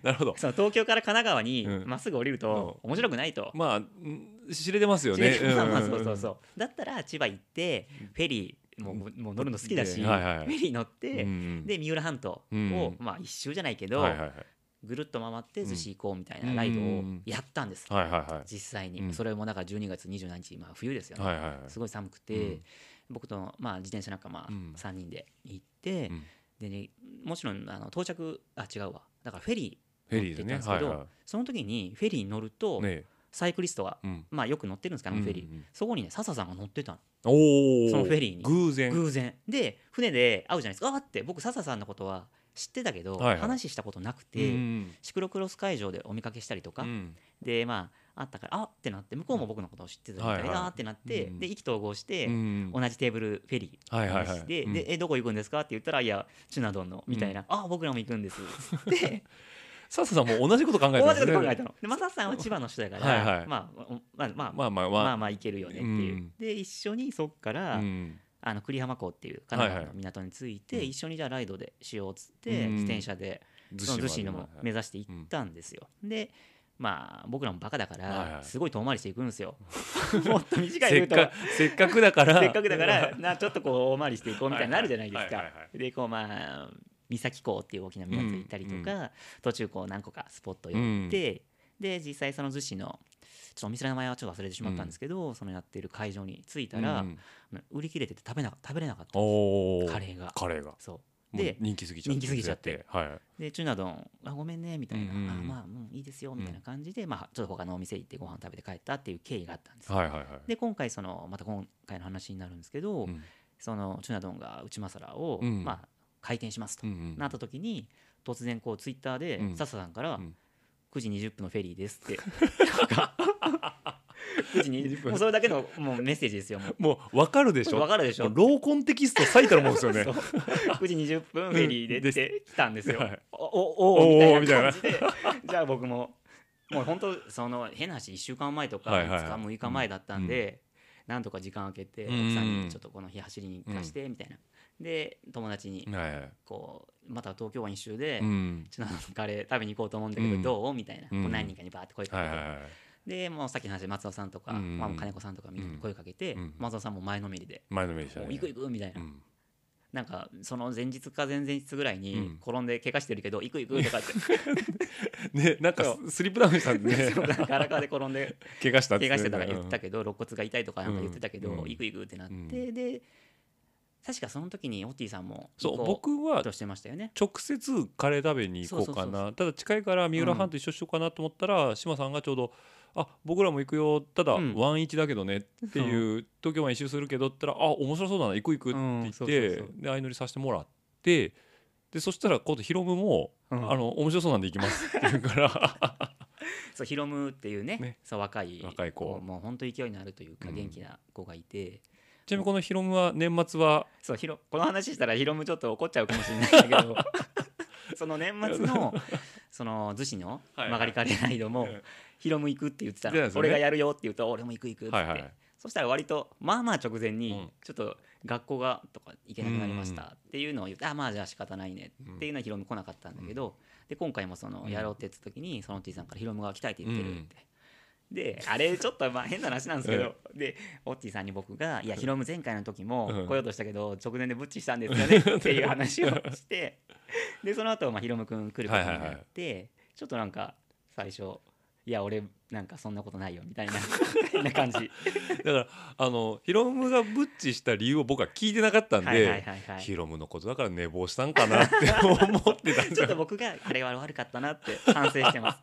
B: るほど
C: その東京から神奈川に
B: うん
C: まっすぐ降りると面白くないと。
B: まあん知れてますよ
C: 違
B: ね
C: うまあまあ
B: ん
C: [LAUGHS] そうそうそうだったら千葉行ってフェリーもうもう乗るの好きだし、
B: ではいはいはい
C: フェリー乗って、
B: うん
C: で三浦半島を、
B: うん
C: まあ、一周じゃないけ
B: うん
C: ど、
B: はいはいはい
C: ぐるっと回って逗子行こうみたいなライドをやったんです、
B: はいはいはい
C: 実際に、
B: うん
C: それもだから12月27日今冬ですよね、
B: はいはいはい
C: すごい寒くて、
B: うん
C: 僕と、まあ、自転車仲間
B: うん
C: 3人で行って、
B: うん
C: でね、もちろんあの到着あ違うわだからフェリ
B: フェリーで
C: 乗
B: ね
C: ってたんですけど
B: は
C: ーその時にフェリーに乗ると、
B: いはいね
C: サイクリストが、
B: うん
C: まあ、よく乗ってるんですかねフェリー、
B: うんうんうん
C: そこにね笹さんが乗ってたの
B: おお
C: そのフェリーに
B: 偶然
C: 偶然で船で会うじゃないですかあーって僕笹さんのことは知ってたけど、
B: はいはい
C: 話したことなくて、
B: うん
C: シクロクロス会場でお見かけしたりとか、
B: うん
C: でまああったからあってなって向こうも僕のことを知ってたみたい
B: はいはい
C: なあってなって、
B: うん
C: で意気投合して、
B: うん
C: 同じテーブルフェリ
B: はいはい
C: ー
B: はい
C: にして、
B: うん
C: でえどこ行くんですかって言ったらいやチュナ丼のみたいな、あ僕らも行く
B: [LAUGHS]
C: んですで
B: 笹さんも同じこと考えて
C: 同
B: ま
C: じ
B: す
C: こと
B: ね
C: 考えたのでマサさんは千葉の人だから
B: はいはい
C: まあまあまあま
B: ま
C: あ
B: あまあまあ
C: まあまあ行けるよねっていう、
B: うん
C: で一緒にそっから、
B: うん
C: あの栗浜港っていう神奈
B: はい
C: 川
B: は
C: の
B: い
C: 港に着いて、
B: うん
C: 一緒にじゃあライドでしようっつって、
B: うん
C: 自転車で
B: 逗
C: その逗子
B: まで
C: の
B: は
C: も
B: い
C: 目指して行ったんですよ、でまあ僕らもバカだか
B: はいはい
C: らすごい遠回りしていく
B: [LAUGHS]
C: んですよ、もっと短い
B: せ
C: ル
B: っ
C: ート
B: か
C: は
B: せっかくだから
C: せっかくだからなちょっとこう大回りしていこうみたいになるじゃないです
B: はい
C: か
B: はいはいは
C: でこうまあ三崎港っていう大きな港行ったりとか、途中こう何個かスポット寄って、で実際その逗子のちょっとお店の名前はちょっと忘れてしまったんですけど、そのやってる会場に着いたら、
B: うん
C: 売り切れてて食べな食べれなかったんです
B: おー
C: カレーが
B: カレーが
C: そ
B: で
C: で
B: 人気すぎちゃって
C: 人気すぎちゃって
B: は
C: うでチュナ丼あごめんねみたいな、
B: うんうんうん
C: あまあもういいですよみたいな感じで、まあ、ちょっと他のお店行ってご飯食べて帰ったっていう経緯があったんです
B: い
C: よ、
B: はいはいはい
C: で今回そのまた今回の話になるんですけど、
B: うん
C: そのチュナ丼が内政を、
B: うん
C: まあ開店しますと、
B: うんうん
C: なった時に突然こうツイッターで
B: うん
C: 笹さんから
B: うん
C: 「9時20分のフェリーです」
B: [LAUGHS]
C: って9時20分もうそれだけのもうメッセージですよもう
B: もう分かるでしょ
C: 分かるでしょ
B: もうローコンテキスト最たるもんですよね
C: そう9時20分フェリーでって来たんですよ。
B: はい
C: おおお
B: お
C: ーみたいな感じ
B: み
C: でじゃあ僕ももう本当その変な話1週間前とか
B: はいはい
C: 5日6日前だったんでなんとか時間空けて
B: うんうんうん
C: 奥さんにちょっとこの日走りに行かしてみたいな。で友達に
B: はいはい
C: こうまた東京湾一周で
B: うん
C: うちのカレー食べに行こうと思うんだけ
B: うん
C: どどうみたいな
B: うん
C: もう何人かにバーって声
B: はい
C: か
B: はい
C: けて
B: はい
C: でもうさっきの話で松尾さんとか
B: うんうん
C: まあ金子さんとかみんなに声かけて
B: うん
C: 松尾さんも前のめりで
B: 前のめりでし
C: 「
B: たね
C: もう行く行く」みたいな
B: うん
C: なんかその前日か前々日ぐらいうに
B: ん
C: 転んで怪我してるけど、行く行く
B: [LAUGHS]
C: とかって [LAUGHS]
B: ねなんか
C: そ
B: ススリップダウンしたんでね
C: [LAUGHS] そうなんか荒川で転んで
B: 怪我したっつ
C: 怪
B: ね
C: 我してたから言ったけど肋骨が痛いとかなんか言ってたけど、
B: うん
C: 行く行くってなって、
B: う
C: で確かその時にオッティさんも
B: そう
C: 行こ
B: 僕は
C: としてましたよね。
B: 直接カレー食べに行こうか
C: そうそうそう
B: なただ近いから三浦半と一緒しようかなと思ったら志麻さんがちょうど「あ僕らも行くよただ
C: うん
B: ワンイチだけどね」っていう東京湾一周するけどって言ったら「あ面白そうだな行く行く」って言っ
C: うん
B: て
C: そうそう
B: で相乗りさせてもらってでそしたら今度ヒロムも「
C: うん
B: あの面白そうなんで行きます」って言うから
C: [LAUGHS] そうヒロムっていうね
B: ね
C: そう若い
B: 若い子
C: もう本当勢いのあるというか
B: うん
C: 元気な子がいて、
B: ちなみにこのヒロムは年末は
C: そうヒロこの話したらヒロムちょっと怒っちゃうかもしれないんだ
B: [LAUGHS]
C: けどその年末のその逗子の
B: はいはい
C: 曲がりカレーライドも
B: うん
C: ヒロム行くって言ってた
B: 言っ
C: の
B: てたんですよね
C: 俺がやるよって言うと俺も行く行くって
B: は
C: 言
B: い
C: って、
B: はい
C: そしたら割とまあまあ直前
B: う
C: に
B: ん
C: ちょっと学校がとか行けなくなりましたっていうのを言って、あまあじゃあ仕方ないねっていうのはヒロム来なかったんだけど、で今回もその
B: うん
C: やろうって言った時にその T さんからヒロムが来たいって言ってるって。であれちょっとまあ変な話なんですけど、でオッティさんに僕が「いやヒロム前回の時
B: う
C: も
B: ん
C: 来ようとしたけど直前でブッチしたんですよね」っていう話をしてでその後まあヒロム君来ることになって、ちょっとなんか最初「いや俺なんかそんなことないよ」みたいな [LAUGHS] 変な感じ
B: だからあのヒロムがブッチした理由を僕は聞いてなかったん
C: はいはい
B: で
C: はい [LAUGHS] はい
B: ヒロムのことだから寝坊したんかなって思ってたん
C: [LAUGHS] ち
B: じ
C: ょ
B: ゃ
C: っと僕があれは悪かったなって反省し
B: [LAUGHS]
C: てます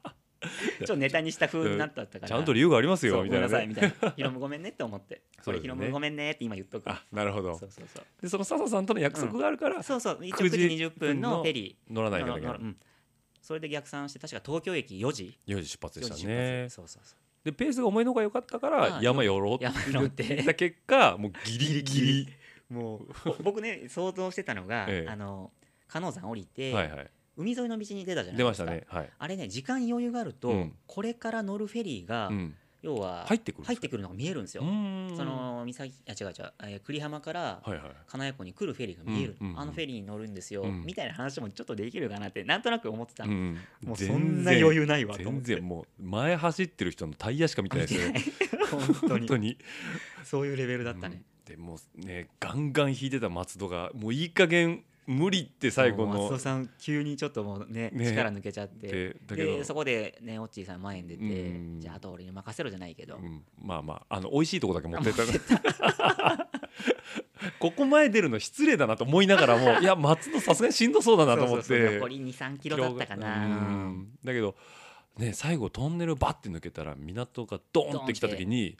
C: ちょっとネタにした風になったから
B: ちゃんと理由があります
C: そ
B: よ
C: う
B: み
C: ご
B: た
C: め
B: いな
C: んなさ
B: ね
C: いみたいなヒロムごめんねって思って
B: そ
C: こ
B: うですね
C: れヒロムごめんねって今言っとく
B: あなるほど
C: そうそうそう
B: でその笹さんとの約束があるから、
C: そうそう一応
B: 9
C: 9時
B: 時
C: 20分のフェリ
B: 乗ら
C: ー
B: ないといけ
C: の
B: ないから
C: のうんそれで逆算して確か東京駅4時
B: 4時出発で
C: 4
B: し
C: 時
B: た
C: 出発
B: ね
C: そうそうそう
B: でペースが重いのが良かったか
C: あ
B: ら
C: あ
B: 山寄ろうって
C: 山乗って
B: 言った結果もうギリギリ
C: もう [LAUGHS] 僕ね想像してたのが、
B: ええ
C: あの加納山降りて、
B: はいはい
C: 海沿いの道に出たじゃない
B: 出
C: で
B: ますし
C: か
B: たねはい、
C: あれね時間余裕があると、
B: うん
C: これから乗るフェリーが、
B: うん、
C: 要は
B: 入ってくるんで
C: 入っ
B: す
C: て
B: か
C: くるのが見えるんですよ
B: う。ーん
C: その岬あ違う違う、えー久里浜から
B: はいはい
C: 金谷湖に来るフェリーが見える、
B: うんうんうん
C: あのフェリーに乗るんですよ、
B: うん
C: みたいな話もちょっとできるかなってなんとなく思ってた、
B: ん
C: も
B: 全
C: うそ
B: 然
C: んな余裕ないわと思
B: 全
C: って
B: 然もう前走ってる人のタイヤしか見てないですよね
C: [LAUGHS] 本当
B: 本
C: に
B: 当に
C: そういうレベルだったね、
B: うんでもうねガンガン引いてた松戸がもういい加減無理って最後
C: もう
B: の
C: 松尾さん急にちょっともうね
B: ね
C: 力抜けちゃって
B: でだけど
C: でそこでねオッチーさん前に出て、
B: うん
C: じゃああと俺に任せろじゃないけど、
B: うん、まあまああの美味しいとこだけ持ってった [LAUGHS] ここ前出るの失礼だなと思いながらもいや松戸さすがにしんどそうだなと思っ
C: そうそうそう
B: て
C: 残り23キロだったかな、
B: うんだけどね最後トンネルバッて抜けたら港がドーンって来た時に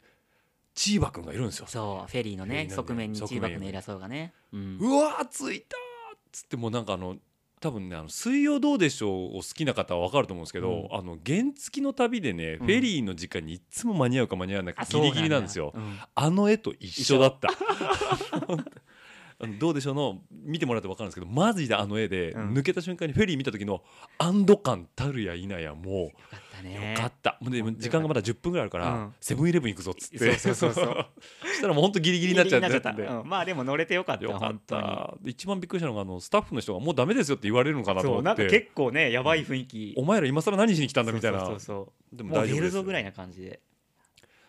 B: チーバくんがいるんですよ
C: そうフェリーの
B: フェリー
C: ね
B: のね
C: 側面に
B: 側
C: チ
B: 面
C: ーバックの偉そうがね、うん
B: うわー着いたーっつってもうなんかあの多分ね「あの水曜どうでしょう」を好きな方は分かると思うんですけど、あの原付の旅でね、
C: う
B: フ
C: ん
B: ェリーの時間にいつも間に合うか間に合わないか
C: あ
B: ギリギリなんですよ
C: そう。なんだ
B: あの絵と一緒だ [LAUGHS] った。あのどうでしょうの見てもらうと分かるんですけどマジであの絵で、
C: うん
B: 抜けた瞬間にフェリー見た時の安堵感たるや否やも
C: うんよかった
B: う
C: ね
B: よかった、もうでも
C: 本当よかった
B: 時間がまだ10分ぐらいあるから、
C: うん
B: セブンイレブン行くぞっつって
C: そうそうそうそ
B: [LAUGHS]
C: う
B: したらもうほんとギリギリになっちゃって
C: ギリギリになっちゃったうんまあでも乗れてよかった
B: よかっ
C: 本当に
B: たで一番びっくりしたのがあのスタッフの人がもうダメですよって言われるのかなと
C: そう
B: 思
C: な
B: っ
C: んか
B: て
C: 結構ねやばい雰囲気
B: お前ら今更何しに来たんだみたいな
C: そうそうそう
B: で
C: そう
B: も
C: もう
B: 大丈
C: 出
B: 夫
C: る
B: です
C: ぞぐらいな感じで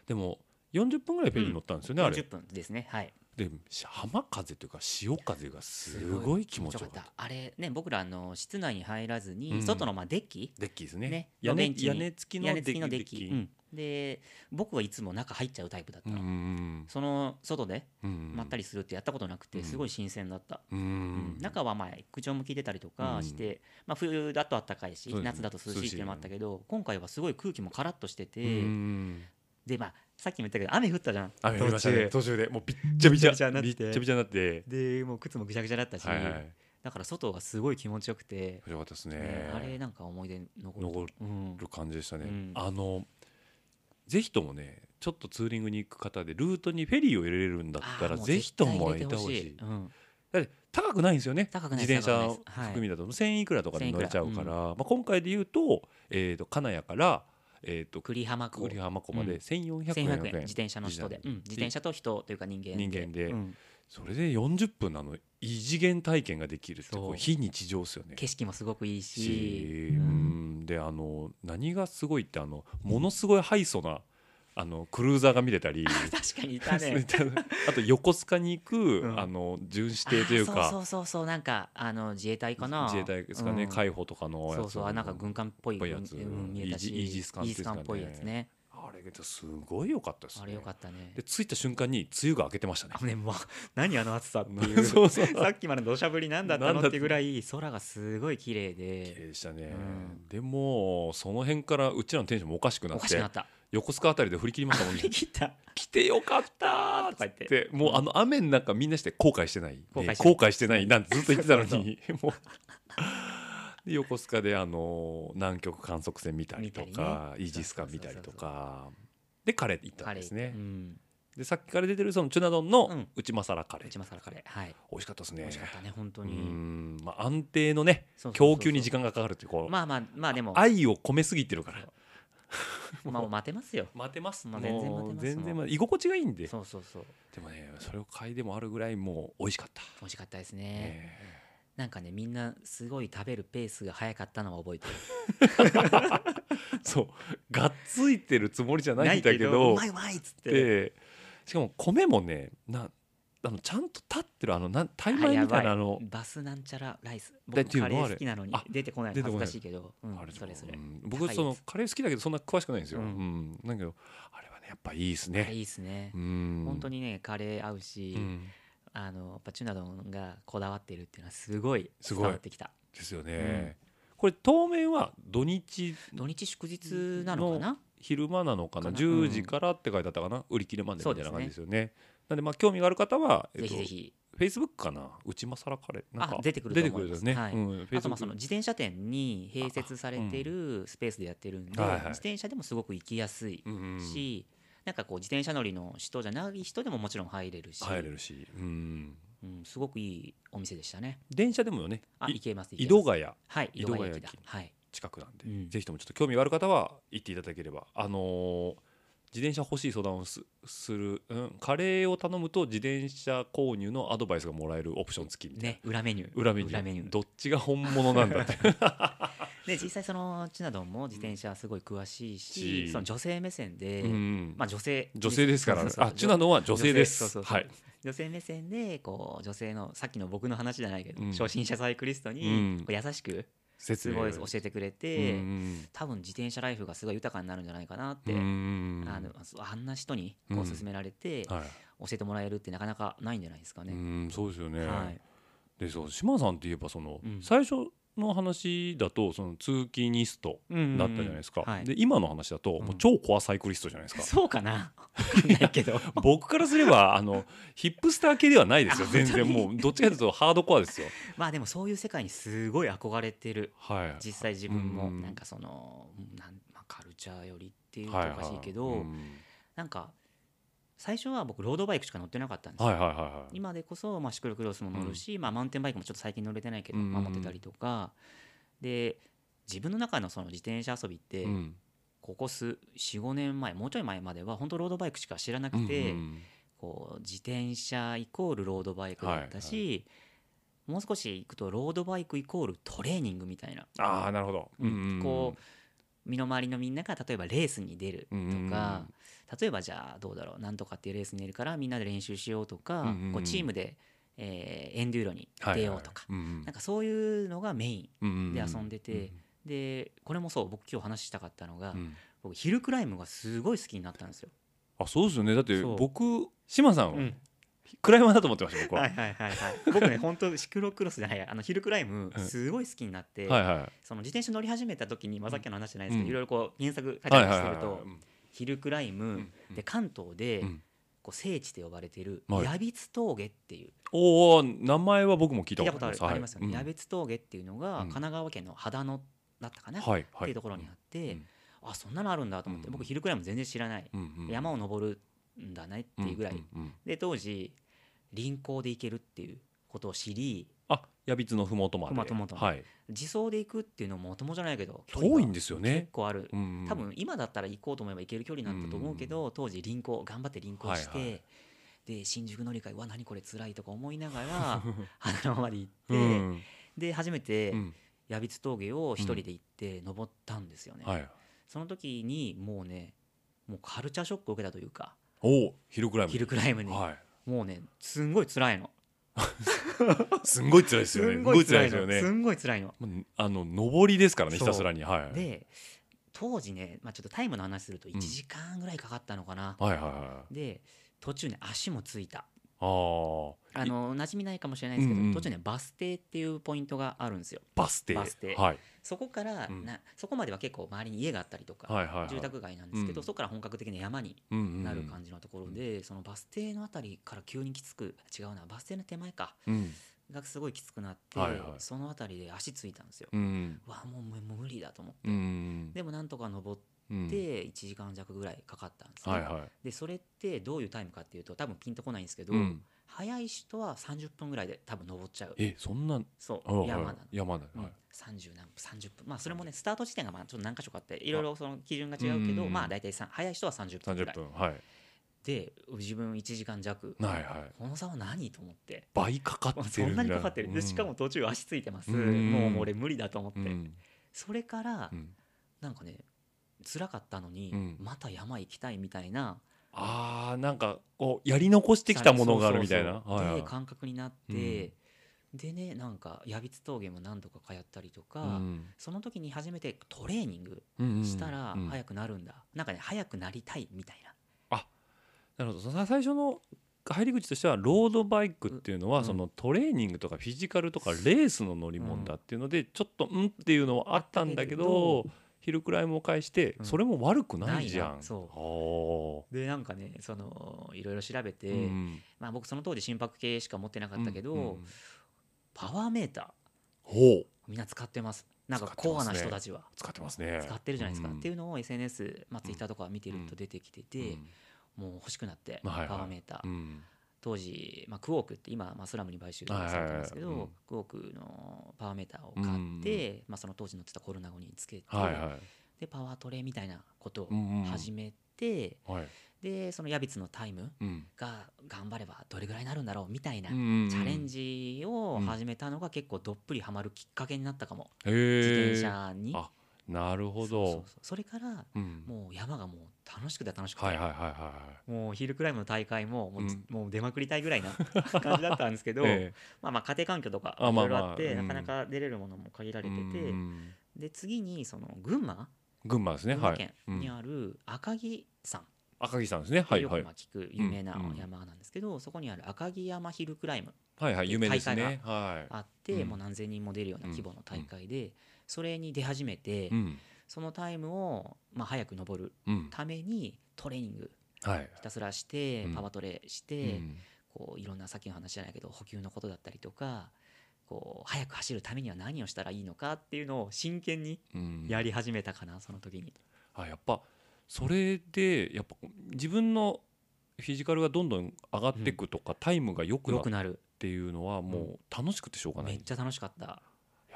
B: でも40分ぐらいフェリーに乗ったんですよね、あれ
C: 40分ですねはい
B: で浜風というか潮風がすごい気持ちよかった
C: あれね僕らあの室内に入らずに、
B: うん
C: 外のまあデッキ
B: デッキですね
C: ね
B: 屋
C: のベ
B: 根
C: ンチに
B: 屋根付きの
C: 屋根付きのデッキ
B: デ
C: うん、で僕はいつも中入っちゃうタイプだった
B: うん
C: の、その外で
B: うんうん
C: まったりするってやったことなくて、
B: うん
C: すごい新鮮だった、
B: うん
C: うん中はまあ口調も聞いてたりと
B: う
C: か
B: ん
C: して、まあ、冬だと暖かい
B: そ
C: し、
B: うですね
C: 夏だと涼しいっていうのもあったけど今回はすごい空気もカラッとしてて、
B: うん
C: でまあさっきも言ったけど雨降ったじゃん
B: 雨降りましたね
C: 途中
B: 途中でもうびっちゃびちゃ
C: びっちゃびちゃになって
B: びっちゃびちゃになって
C: でもう靴もぐちゃぐちゃだったし、
B: はいはい
C: だから外がすごい気持ちよくて、
B: よかったです
C: ね
B: ね
C: あれなんか思い出に残る
B: 残
C: うん
B: る感じでしたね、
C: うん
B: あのぜひともねちょっとツーリングに行く方でルートにフェリーを入れれるんだった
C: あ
B: ら
C: ーう
B: ぜひとも入れ
C: 絶対
B: てほ
C: 入
B: し
C: れ
B: い
C: てうん
B: だって高くないんですよね
C: 高くない
B: 自
C: で
B: 転
C: す高
B: 車
C: くないですはい
B: 含みだと1000いくらとかで乗れちゃう
C: 1000
B: か
C: いく
B: ら、
C: ら
B: まあ、今回で言うと,、えー、と金谷から、えー、と
C: 栗浜港
B: 栗浜湖ま
C: う
B: で
C: ん
B: 1400円,、
C: 1400円自転車の人で、うん自転車と人というか人間
B: 人間で
C: うん
B: それで40分なの異次元体験ができるって
C: そう
B: これ非日常ですよね。
C: 景色もすごくいいし
B: し、う
C: うん
B: ん、であの何がすごいってあのものすごいハイソなあのクルーザーが見れたり
C: [LAUGHS] 確かにい
B: [LAUGHS]
C: た
B: そういっ
C: ね
B: たあと横須賀に行く、
C: ん
B: あの巡視艇という
C: あーそ
B: か
C: うそうそうそうなんかあの自衛隊かな
B: 自衛隊ですかね、
C: うん
B: 海保とかのやつ
C: そうそうあなんか軍艦っぽい
B: ぽいやつ
C: うん、見えたし
B: イージイージス艦っ
C: イー
B: てい
C: ジ
B: うんですか
C: ス
B: ね
C: 艦っぽいやつね
B: あれがすごい良かったですね。
C: あれよかったね
B: で着いた瞬間に梅雨が明けてましたね
C: あ。のねもう何あの暑さって [LAUGHS] いう
B: そうそう
C: さっきまでの土砂降りなんだった
B: なん
C: の
B: だ
C: っ
B: ってた
C: いうぐらい空がすごい綺麗
B: 綺麗
C: で
B: でしたね、
C: うん
B: でもその辺からうちらのテンションもおかしくな
C: お
B: っ
C: かしく
B: て
C: なった
B: 横須賀あたりで振り切りましたもんね
C: 振り切った
B: 来てよかったーとか言って
C: とか言
B: もうあの雨の中みんなして後悔してない、
C: 後悔
B: ね
C: して
B: 後
C: ない
B: 悔してないなんてずっと言ってたの
C: [LAUGHS]
B: にもうで [LAUGHS] 横須賀であの南極観測船見たりと
C: 見た
B: か、
C: りね
B: イージス艦見たりとかでカレー行ったんですね、
C: うん、
B: でさっきから出てるそのチュナ丼の
C: うん
B: 内政カレー、
C: 内政カレーはい
B: 美味しかったですね
C: 美味しかったね本当
B: う
C: に
B: んまあ、安定のね
C: そうそうそうそう
B: 供給に時間がかかるっていうこう、
C: まあまあまあでも
B: 愛を込めすぎてるから
C: まあもう待てますよ
B: 待てます
C: まあ全然待てます
B: もう全然待て居心地がいいんで
C: そうそうそう
B: でもねそれを買いでもあるぐらいもう美味しかった、
C: 美味しかったです
B: え
C: ねなんかねみんなすごい食べるペースが早かったのは覚えて
B: え
C: る
B: [LAUGHS] そうがっついてるつもりじゃないんだけど
C: うまいうまいっつって
B: でしかも米もねなあのちゃんと立ってるあのなんタイ米みたいなあの
C: バスなんちゃらライス
B: だってい
C: 僕
B: う
C: カレ
B: のあ
C: ー
B: れ
C: 好きなのに
B: あ
C: 出てこない
B: 出
C: の
B: てこ
C: 恥ず
B: な
C: か
B: い
C: しいけど、うん、
B: あれと
C: そ
B: か
C: れそれ、
B: うん
C: 高い
B: 僕
C: やつ
B: そのカレー好きだけどそんな詳しくないんですよ、う
C: うん
B: んだけどあれはねやっぱいいです
C: あれ
B: ね
C: いいですね、
B: うん
C: 本当にねカレー合うし、
B: うん
C: あのやっぱチュナ丼がこだわってるっていうのはすごい
B: す
C: 伝
B: ごい
C: わってきた
B: ですよね、これ当面は土日
C: 土日祝日なのかな
B: 昼間なのかな
C: かな
B: 10時からって書いてあったかな、売り切れまでみたいな感じですよねなんでまあ興味がある方は、えっ
C: ぜ
B: と、
C: ひぜひ
B: フェイスブックかな内政カレーなんか
C: あ出てくると思います
B: 出てくるよね、
C: はい
B: うん、
C: あとまあそ
B: Facebook
C: の自転車店に併設されてるスペースでやってるんで、
B: はいはい
C: 自転車でもすごく行きやすい
B: うんうん
C: し、なんかこう自転車乗りの人じゃない人でももちろん入れるし
B: 入れるし、うん、
C: うん、すごくいいお店でしたね
B: 電車でもね
C: あ
B: い
C: 行けます
B: 井
C: 行け
B: 戸
C: ます
B: ヶ谷
C: はい
B: 井
C: 井
B: 戸
C: 戸
B: ヶ
C: ヶ
B: 谷
C: 谷
B: 駅
C: 駅だはい
B: 近くなんで、
C: うん
B: ぜひともちょっと興味がある方は行っていただければあのー自転車欲しい相談をすする、うん、カレーを頼むと自転車購入のアドバイスがもらえるオプション付きみたいな、
C: ね裏メニュー
B: 裏メニューどっちが本物なんだって
C: [LAUGHS] で実際そのチュナドンも自転車すごい詳しいし、
B: し
C: その女性目線で、
B: うん
C: まあ女性
B: 女性ですから、
C: そ
B: ね
C: う、そうそ
B: あ
C: う
B: チュナのは女性です
C: 女性そうそうそう
B: はい、
C: 女性目線でこう女性のさっきの僕の話じゃないけど、
B: うん
C: 初心者サイクリスト
B: うん
C: にこう優しく
B: 説
C: す
B: 明
C: ごい教えてくれて、
B: うん
C: 多分自転車ライフがすごい豊かになるんじゃないかなって、
B: うん
C: あのそうあんな人に
B: う
C: こ
B: ん
C: う勧められて教
B: はい
C: えてもらえるってなかなかないんじゃないですか
B: う
C: ね。
B: んそうですよね、
C: はい、
B: でそう島さんっていえばその、
C: うん
B: 最初の話だとその通勤ニストだったじゃないですか、
C: うんうんうんはい
B: で今の話だと、
C: ん
B: もう超コアサイクリストじゃないですか
C: [LAUGHS] そうかなわかんないけ
B: [LAUGHS]
C: ど
B: 僕からすればあ
C: [LAUGHS]
B: のヒップスター系ではないですよ
C: あ
B: 全
C: 本
B: 然
C: 当に
B: もうどっちかというとハードコアですよ
C: まあでもそういう世界にすごい憧れてる
B: はい
C: 実際自分
B: う
C: も
B: ん
C: なんかそのなん、まあ、カルチャーよりっていうとお
B: はい
C: かしいけど、
B: はいうん
C: なんか最初は僕ロードバイクしか乗ってなかったんですよ、
B: はいはいはいはい
C: 今でこそ、まあ、シクロクロスも乗るし、まあ、マウンテンバイクもちょっと最近乗れてないけど、
B: うん
C: まあ、持ってたりとかで自分の中のその自転車遊びって、
B: うん
C: ここ数45年前もうちょい前までは本当ロードバイクしか知らなくて、
B: うんうん
C: こう自転車イコールロードバイクだったし、もう少し行くとロードバイクイコールトレーニングみたいな
B: ああなるほど、うん
C: こう身の回りのみんなが例えばレースに出る
B: うんうんうん
C: とか、例えばじゃあどうだろうなんとかっていうレースに出るからみんなで練習しようとか、
B: うんうんうん
C: こうチームで、えーエンデューロに出ようとか、
B: はいはいはいうんうん
C: なんかそういうのがメイ
B: うんうんう
C: ン
B: ん
C: で遊んでて、でこれもそう僕今日話したかったのが、
B: うん
C: 僕ヒルクライムがすごい好きになったんですよ。
B: あそうですよねだって
C: そう
B: 僕島さんはクライマーだと思ってました僕は、
C: はいはいはい [LAUGHS] はい、僕ね本当シクロクロスじゃないやあのヒルクライム
B: うん
C: すごい好きになって、
B: はいはい
C: その自転車乗り始めた時に、まあ、さっきの話じゃないですけど、
B: うん
C: いろいろこう原作書い
B: は
C: た
B: い
C: り
B: はい
C: して
B: はい
C: ると、ヒルクライム、
B: うん
C: で関東で、
B: うん
C: 構聖地と呼ばれている
B: はい
C: 矢櫃峠っていう
B: おお名前は僕も聞いた
C: 聞いた
B: こ
C: ことと
B: あ
C: あ
B: り
C: る
B: ます
C: ありますよね矢
B: はい
C: 櫃峠っていうのが
B: うん
C: 神奈川県の秦野だったかなっ
B: はい
C: て
B: はいいう
C: ところにあって、
B: うん
C: あそんなのあるんだと思って、
B: うん
C: 僕昼くらいも全然知らない、
B: うんうん
C: 山を登るんだねっていうぐらい、
B: んうん
C: で当時臨行で行けるっていうことを知り
B: あ矢筆のふもとまで
C: 麓まで
B: はい
C: 自走で行くっていうのもともじゃないけど距離が
B: 遠いんですよね
C: 結構ある、
B: うんうん
C: 多分今だったら行こうと思えば行ける距離なんだと思うけど、当時輪行頑張って輪行して、
B: はいはい
C: で新宿乗り換えうわ何これ辛いとか思いな
B: [LAUGHS]
C: がら花のまで行って、
B: うん
C: で初めて
B: うん
C: 矢櫃峠を一人で行って登ったんですよね、
B: はい
C: その時にもうねもうカルチャーショックを受けたというか
B: おお昼くらい
C: ヒルクライムに、
B: はい
C: もうねすんごい辛いの
B: すんごい辛いです
C: [LAUGHS] す
B: よね
C: んごい辛い
B: すん
C: の
B: ごです
C: す
B: よね
C: んごい辛いの
B: もうあの上りですからねひ
C: そう
B: たすらにはいはい
C: で当時ね、まあ、ちょっとタイムの話すると1時間ぐらいかかったのかな、
B: はいはい
C: で途中ね足もついた
B: あー
C: あの馴染みないかもしれないですけど、
B: うんうん
C: 途中ねバス停っていうポイントがあるんですよ
B: バス停
C: バス停
B: はい
C: そこから、
B: うん
C: なそこまでは結構周りに家があったりとか、
B: はいはいはい
C: 住宅街なんですけど、
B: うん
C: そこから本格的な山にな
B: な
C: る感じのところで、そのバス停のあたりから急にきつく違うなバス停の手前か
B: じうん
C: がすごいきつくなって、
B: はいはい
C: そのあたりで足ついたんですよ、
B: うん
C: うわもうもうもう無理だと思って、
B: うん
C: でもなんとか登
B: うん
C: って1時間弱ぐらいかかったんですね、
B: はいはい
C: でそれってどういうタイムかっていうと多分ピンとこないんですけど、
B: うん
C: 早い人は30分ぐらいで多分登っちゃう
B: えそんな
C: そ
B: あは
C: う
B: い
C: 山なの、
B: 山な
C: うん
B: のはい
C: 30何分30分まあそれもねスタート地点がまあちょっと何箇所かあっていろいろその基準が違うけ
B: うんうん
C: ど
B: うん
C: まあ大体さん早い人は30分ぐら
B: 30
C: い
B: 分はい
C: で自分1時間弱
B: はいはい
C: この差は何と思って
B: 倍かかってる
C: そんなにかかってる
B: う
C: で
B: ん
C: しかも途中足ついてます
B: うんうんうん
C: もうもう俺無理だと思っ
B: う
C: て
B: ん
C: それから
B: うん
C: なんかね辛かったのに
B: うん
C: また山行きたいみたいな
B: あーなんかこうやり残してきたものがあるみたいな
C: そうそうそう
B: はいはい
C: で感覚になってでねなんか矢櫃峠も何度か通ったりとかその時に初めてトレーニングしたら
B: うんうん
C: 早くなるんだ、なんかね早くなりたいみたいな
B: なるほどさ最初の入り口としてはロードバイクっていうのは、
C: うん
B: そのトレーニングとかフィジカルとかレースの乗り物だっていうので、ちょっとうんっていうのはあったんだけどヒルクライムを介して
C: うん
B: それも悪くないじゃん。
C: ないなそう
B: お
C: でなんかねそのいろいろ調べて、
B: ーうん
C: まあ、僕その当時心拍計しか持ってなかったけど、
B: うんうん
C: パワーメーター
B: ほう
C: みんな使ってますなんか
B: 使って
C: コ
B: ま
C: ア
B: すね
C: な人たちは
B: 使ってますね。
C: 使ってるじゃないですか、
B: うん
C: っていうのを SNS、まあ、Twitter とか見てると出てきてて、もう欲しくなって、
B: はいはい
C: パワーメーター、
B: うんうん
C: 当時、まあ、クオークって今、まあ、スラムに買収されてますけど、
B: はいはいはいうん
C: クオークのパワーメーターを買って、まあ、その当時乗ってたコロナ後につけて、
B: はいは
C: でパワートレみたいなことを
B: うんうん
C: 始めて、
B: いはい
C: でそのヤビツのタイム
B: うん
C: が頑張ればどれぐらいになるんだろうみたいな、
B: うん
C: チャレンジを
B: うん
C: 始めたのが結構どっぷりハマるきっかけになったかも、
B: へ
C: 自
B: ー
C: 転車に。
B: あなるほ
C: そうそう
B: ど。
C: そうそれから
B: うん
C: もう山がもう楽しくて楽しくて、
B: はいはいはいは
C: もうヒルクライムの大会ももう,、
B: うん
C: もう出まくりたい
B: [LAUGHS]
C: ぐらいな感じだったんですけ
B: い
C: ど、
B: え
C: まあ、まあ家庭環境とか
B: あ
C: い
B: ま
C: ろ
B: あ
C: いろ
B: まあ
C: あっ
B: う
C: て
B: ん
C: なかなか出れるものも限ら
B: え
C: れてて、
B: うん
C: で次にその群馬
B: 群馬ですね
C: 群
B: は
C: 馬
B: い
C: 県。
B: うん
C: にある赤城山、
B: 赤城さんですね。はい
C: よ
B: は
C: く
B: い
C: まあ。聞く有名な
B: うんうん
C: 山なんですけど、そこにある赤城山ヒルクライム
B: はいはい、
C: で
B: 有名です
C: 大
B: ね
C: 会。
B: はい。
C: あって、
B: うん
C: もう何千人も出るような規模の大会で、それに出始めて、
B: うん。
C: そのタイムを、まあ、早く登る
B: うん。
C: ためにトレーニング
B: はい。
C: ひたすらして、
B: うん
C: パワートレし
B: う
C: て、
B: ん
C: こういろんなさっきの話じゃないけど補給のことだったりとかこう早く走るためには何をしたらいいのかっていうのを真剣に
B: うん
C: やり始めたかなその時に。
B: あ、やっぱ。それで、やっぱ、自分の。フィジカルがどんどん上がっていくとか、タイムが良くな
C: よ
B: っ
C: くなる
B: ていうのは、もう楽しくてしょうがない。
C: めっちゃ楽しかった、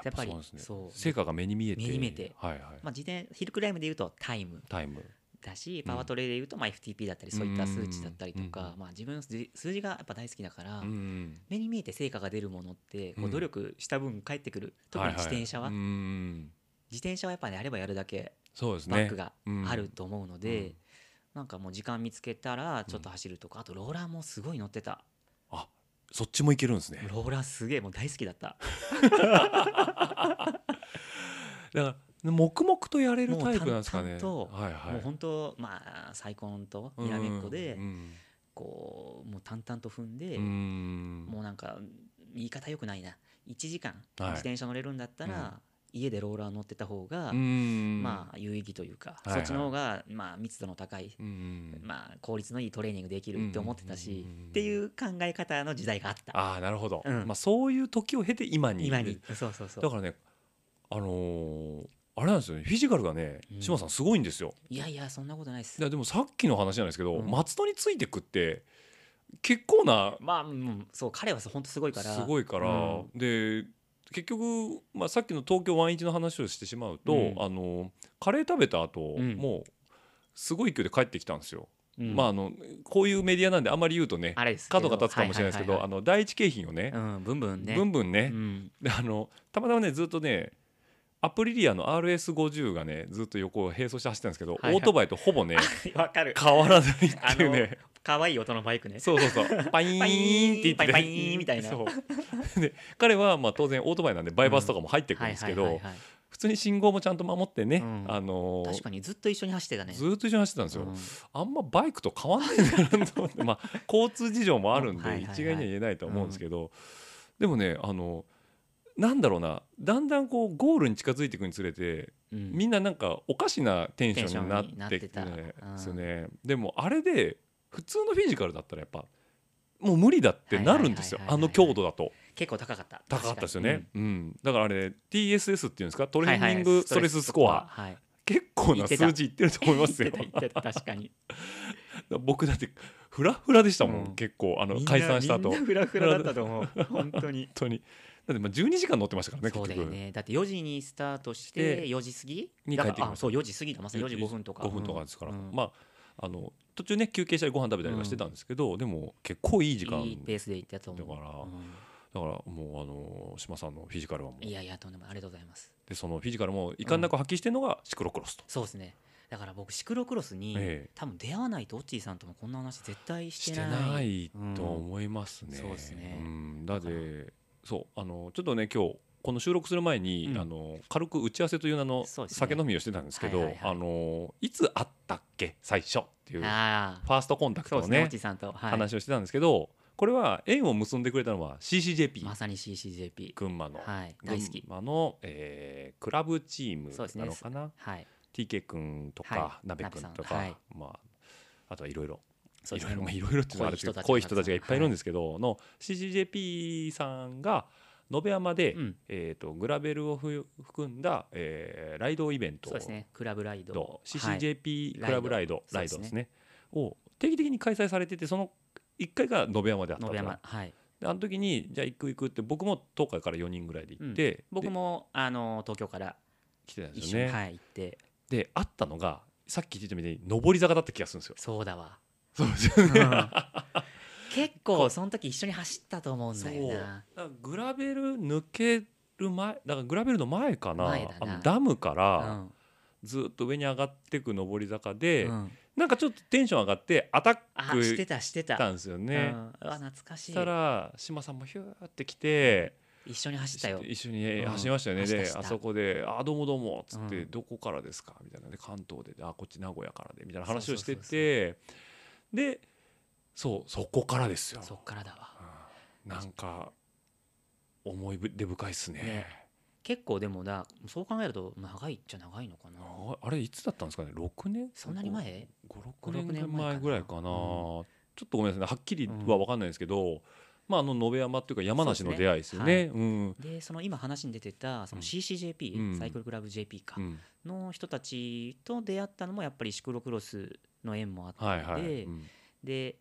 B: やっぱそうなんです
C: やっぱりそ
B: ね。
C: う
B: 成果が目に見えて。
C: 目に見えて
B: はいはい。
C: まあ、自転ヒルクライムでいうとタイム
B: タイム。
C: だしパワートレでいうとまあ FTP だったりそういった数値だったりと
B: うんう
C: か
B: ん、
C: まあ、自分の数字数字がやっぱ大好きだから、
B: うん。
C: 目に見えて成果が出るものってこ
B: う
C: うん努力した分返ってくる特に自転車は、
B: いいうん。
C: 自転車はやっぱりやればやるだけ
B: そうです
C: バ
B: ね。
C: ックが
B: うん
C: ある。と思うので、
B: うん
C: なんかもう時間見つけたらちょっと走るとか、あとローラーもすごい乗ってた
B: そっちもいけるんですね。
C: ローラーすげえもう大好きだった
B: だから、黙々とやれる
C: もう
B: タイプなんですかね。
C: 淡々と
B: はいはい。
C: もう本当まあ再婚とにらめっこで、
B: うん
C: こうもう淡々と踏んで、
B: うん
C: もうなんか言い方よくないな1時間
B: はい
C: 自転車乗れるんだったら、
B: うん
C: 家でローラー乗ってた方が、まあ有意義というか、
B: いはい
C: そっちの方がまあ密度の高い、
B: うん
C: まあ効率のいいトレーニングできるって思ってたし、
B: うん
C: っていう考え方の時代があった
B: ああなるほど、
C: うん
B: まあ、そういう時を経て今に
C: 今にそうそうそ
B: だ
C: う
B: からねあのーあれなんですよねフィジカルがね
C: うん
B: 志麻さんすごいんですよ、
C: いやいやそんなことないっす
B: いやでもさっきの話なんですけど、
C: うん
B: 松戸についてくって結構な
C: まあ、うん、そう彼は本当すごいから
B: すごいから、
C: うん
B: で結局、まあ、さっきの東京ワンイチの話をしてしまうと、
C: うん
B: あのカレー食べた後、
C: うん
B: もうすごい勢いで帰ってきたんですよ。
C: うん
B: まああのこういうメディアなんであんまり言うとね
C: あれですけど
B: 角が立つかもしれないですけど、
C: はは
B: あの第一景品をね
C: い、はいうんブンブンね
B: ブンブンね、
C: うん
B: であのたまたまねずっとねアプリリアの RS50 がねずっと横を並走して走ってたんですけど、
C: いはい
B: オートバイとほぼね
C: わかる
B: 変わらないっていうね
C: 可愛い音のバイクね
B: そうそうそうパイーンって言って
C: パイーンパイーンみたいな
B: そう [LAUGHS] で彼はまあ当然オートバイなんでバイパスとかも入ってくるんですけ
C: はいは
B: ど
C: いはいはい
B: 普通に信号もちゃんと守ってね、
C: うん
B: あのー
C: 確かにずっと一緒に走ってたね
B: ずーっと一緒に走ってたんですよ、
C: うん
B: あんまバイクと変わんないんだなと思って、ま
C: [LAUGHS]
B: あ、交通事情もあるん
C: うんは
B: で
C: いはいはい
B: 一概には言えないとは思うんですけど、でもねあのなんだろうなだんだんこうゴールに近づいていくにつれて
C: うん
B: みんななんかおかしなテンションにな
C: テンションにな
B: っ
C: ってて
B: きて
C: た
B: ですよね、でもあれで普通のフィジカルだったらやっぱもう無理だってなるんですよ
C: はいは
B: あ
C: いはいは
B: の
C: い
B: 強度だと
C: 結構高かった
B: 高かったですよね、うんだからあれ TSS っていうんですかト
C: ト
B: レーニングストレススコア、
C: はい
B: 結構な数字いってると思いますよ
C: [LAUGHS] 言ってた言ってた確かに
B: 僕だってフラフラでしたもん、
C: うん
B: 結構あの解散した後
C: みんな
B: 本
C: みんなフラフラだったと思う本
B: [LAUGHS]
C: 当に
B: 当にだってまあ12時間乗ってましたからね
C: そう
B: 結
C: だよ
B: 局、
C: ねだって4時にスタートし
B: で
C: て4時過ぎ
B: に
C: だ
B: 帰
C: か
B: ってきました
C: らあそう4時過ぎだまさに4時5分とか
B: 5分とかですから、
C: うん
B: まああの途中ね休憩したりご飯食べたりはしてたんですけど、でも結構いい時間
C: いいペースで行ったと思
B: だ
C: う
B: から
C: うん
B: だからもうあの島さんのフィジカルはもう
C: いやいやとんでもないありがとうございます
B: でそのフィジカルもいかんなく発揮してるのがシクロクロスと、
C: そうですねだから僕シクロクロスに、
B: ええ
C: 多分出会わないとオッチーさんともこんな話絶対し
B: してて
C: ない
B: ないと思いますね、
C: うんそうですね
B: んだっ
C: だか
B: てそうあのちょっとね今日この収録する前に、
C: うん
B: あの軽く打ち合わせという名の
C: そうですね
B: 酒飲みをしてたんですけど
C: はいはいはい
B: あのいつ会ったっけ最初っていうファ
C: ああ
B: ーストコンタク
C: そ
B: ト
C: う
B: の
C: ですね
B: ね
C: オッチーさんと、はい、
B: 話をしてたんですけどこれは縁を結んでくれたのは CCJP、
C: まさに CCJP
B: 群馬の、
C: はい
B: 群
C: 大好き
B: 馬の、えークラブチーム
C: そうです
B: な
C: ね
B: のかな、
C: はい
B: TK 君と
C: は
B: か、
C: い
B: なべ君とか、
C: なべさんはい
B: まあ、あとはいろいろ
C: そ
B: い
C: うで
B: ろ
C: す
B: い
C: ね
B: ろまあいろいろっていうのはあれですけど濃
C: 濃
B: い
C: い
B: 人
C: 人
B: た
C: た
B: ち
C: ち
B: が
C: が
B: いっぱいいるんですけど、の CCJP さんが延山で、
C: うん
B: えー、とグラベルをふ含んだ、えーライドイベント
C: そうですねクラブライド
B: と
C: はい
B: CCJP
C: ライド
B: クラブライド、
C: そう
B: ライ
C: です
B: ド
C: ね
B: ですねを定期的に開催されててその1回が延山であったと
C: 野辺山はい
B: であの時にじゃあ行く行くって僕も東海から4人ぐらいで行って、
C: 僕
B: で
C: もあの東京から
B: 来てたんで
C: 一
B: す
C: 緒
B: よ
C: に、
B: ね、
C: はい行って
B: で会ったのがさっき言ってたみたいに上り坂だった気がするんですよ
C: そうだ
B: [LAUGHS]
C: わ
B: そうですよ
C: うん結構その時一緒に走ったと思うんだよな
B: だからグラベル抜ける前だからグラベルの前かな
C: 前だ
B: あ
C: な
B: のダムか
C: う
B: ら
C: ん
B: ずっと上に上がってく上り坂で、
C: うん
B: なんかちょっとテンション上がってアタッ
C: あ
B: ク
C: して
B: した
C: してた
B: たんですよね
C: う。んうわ懐か
B: そ
C: しい
B: したら島さんもヒューって来て
C: 一緒に走ったよ
B: 一緒に
C: うん
B: 走りましたよね、
C: 走った
B: で
C: 走った
B: あそこで「あどうもどうも」っつって「
C: うん
B: どこからですか?」みたいなで関東で「あこっち名古屋からで」みたいな話を
C: そう
B: し
C: そう
B: て
C: そうそう
B: てでそうそこからですよ。
C: そっからだわ
B: うんなんか思い出深いっすね
C: ね結構でもだそう考えると長いっちゃ長いのかな
B: ああれいつだったんですかね6年
C: そんなに前
B: 56
C: 5
B: 年
C: 6年
B: 前
C: 前
B: ぐらいかな、
C: うん
B: ちょっとごめんなさいねはっきりは分かんないですけど、まああの延山っていうか山梨の出会いですよねうん
C: でその今話に出てたその
B: うん
C: CCJP、
B: うん
C: サイクルクラブ JP か、
B: うん
C: の人たちと出会ったのもやっぱりシクロクロスの縁もあって、
B: はいはい、
C: で
B: うん
C: で、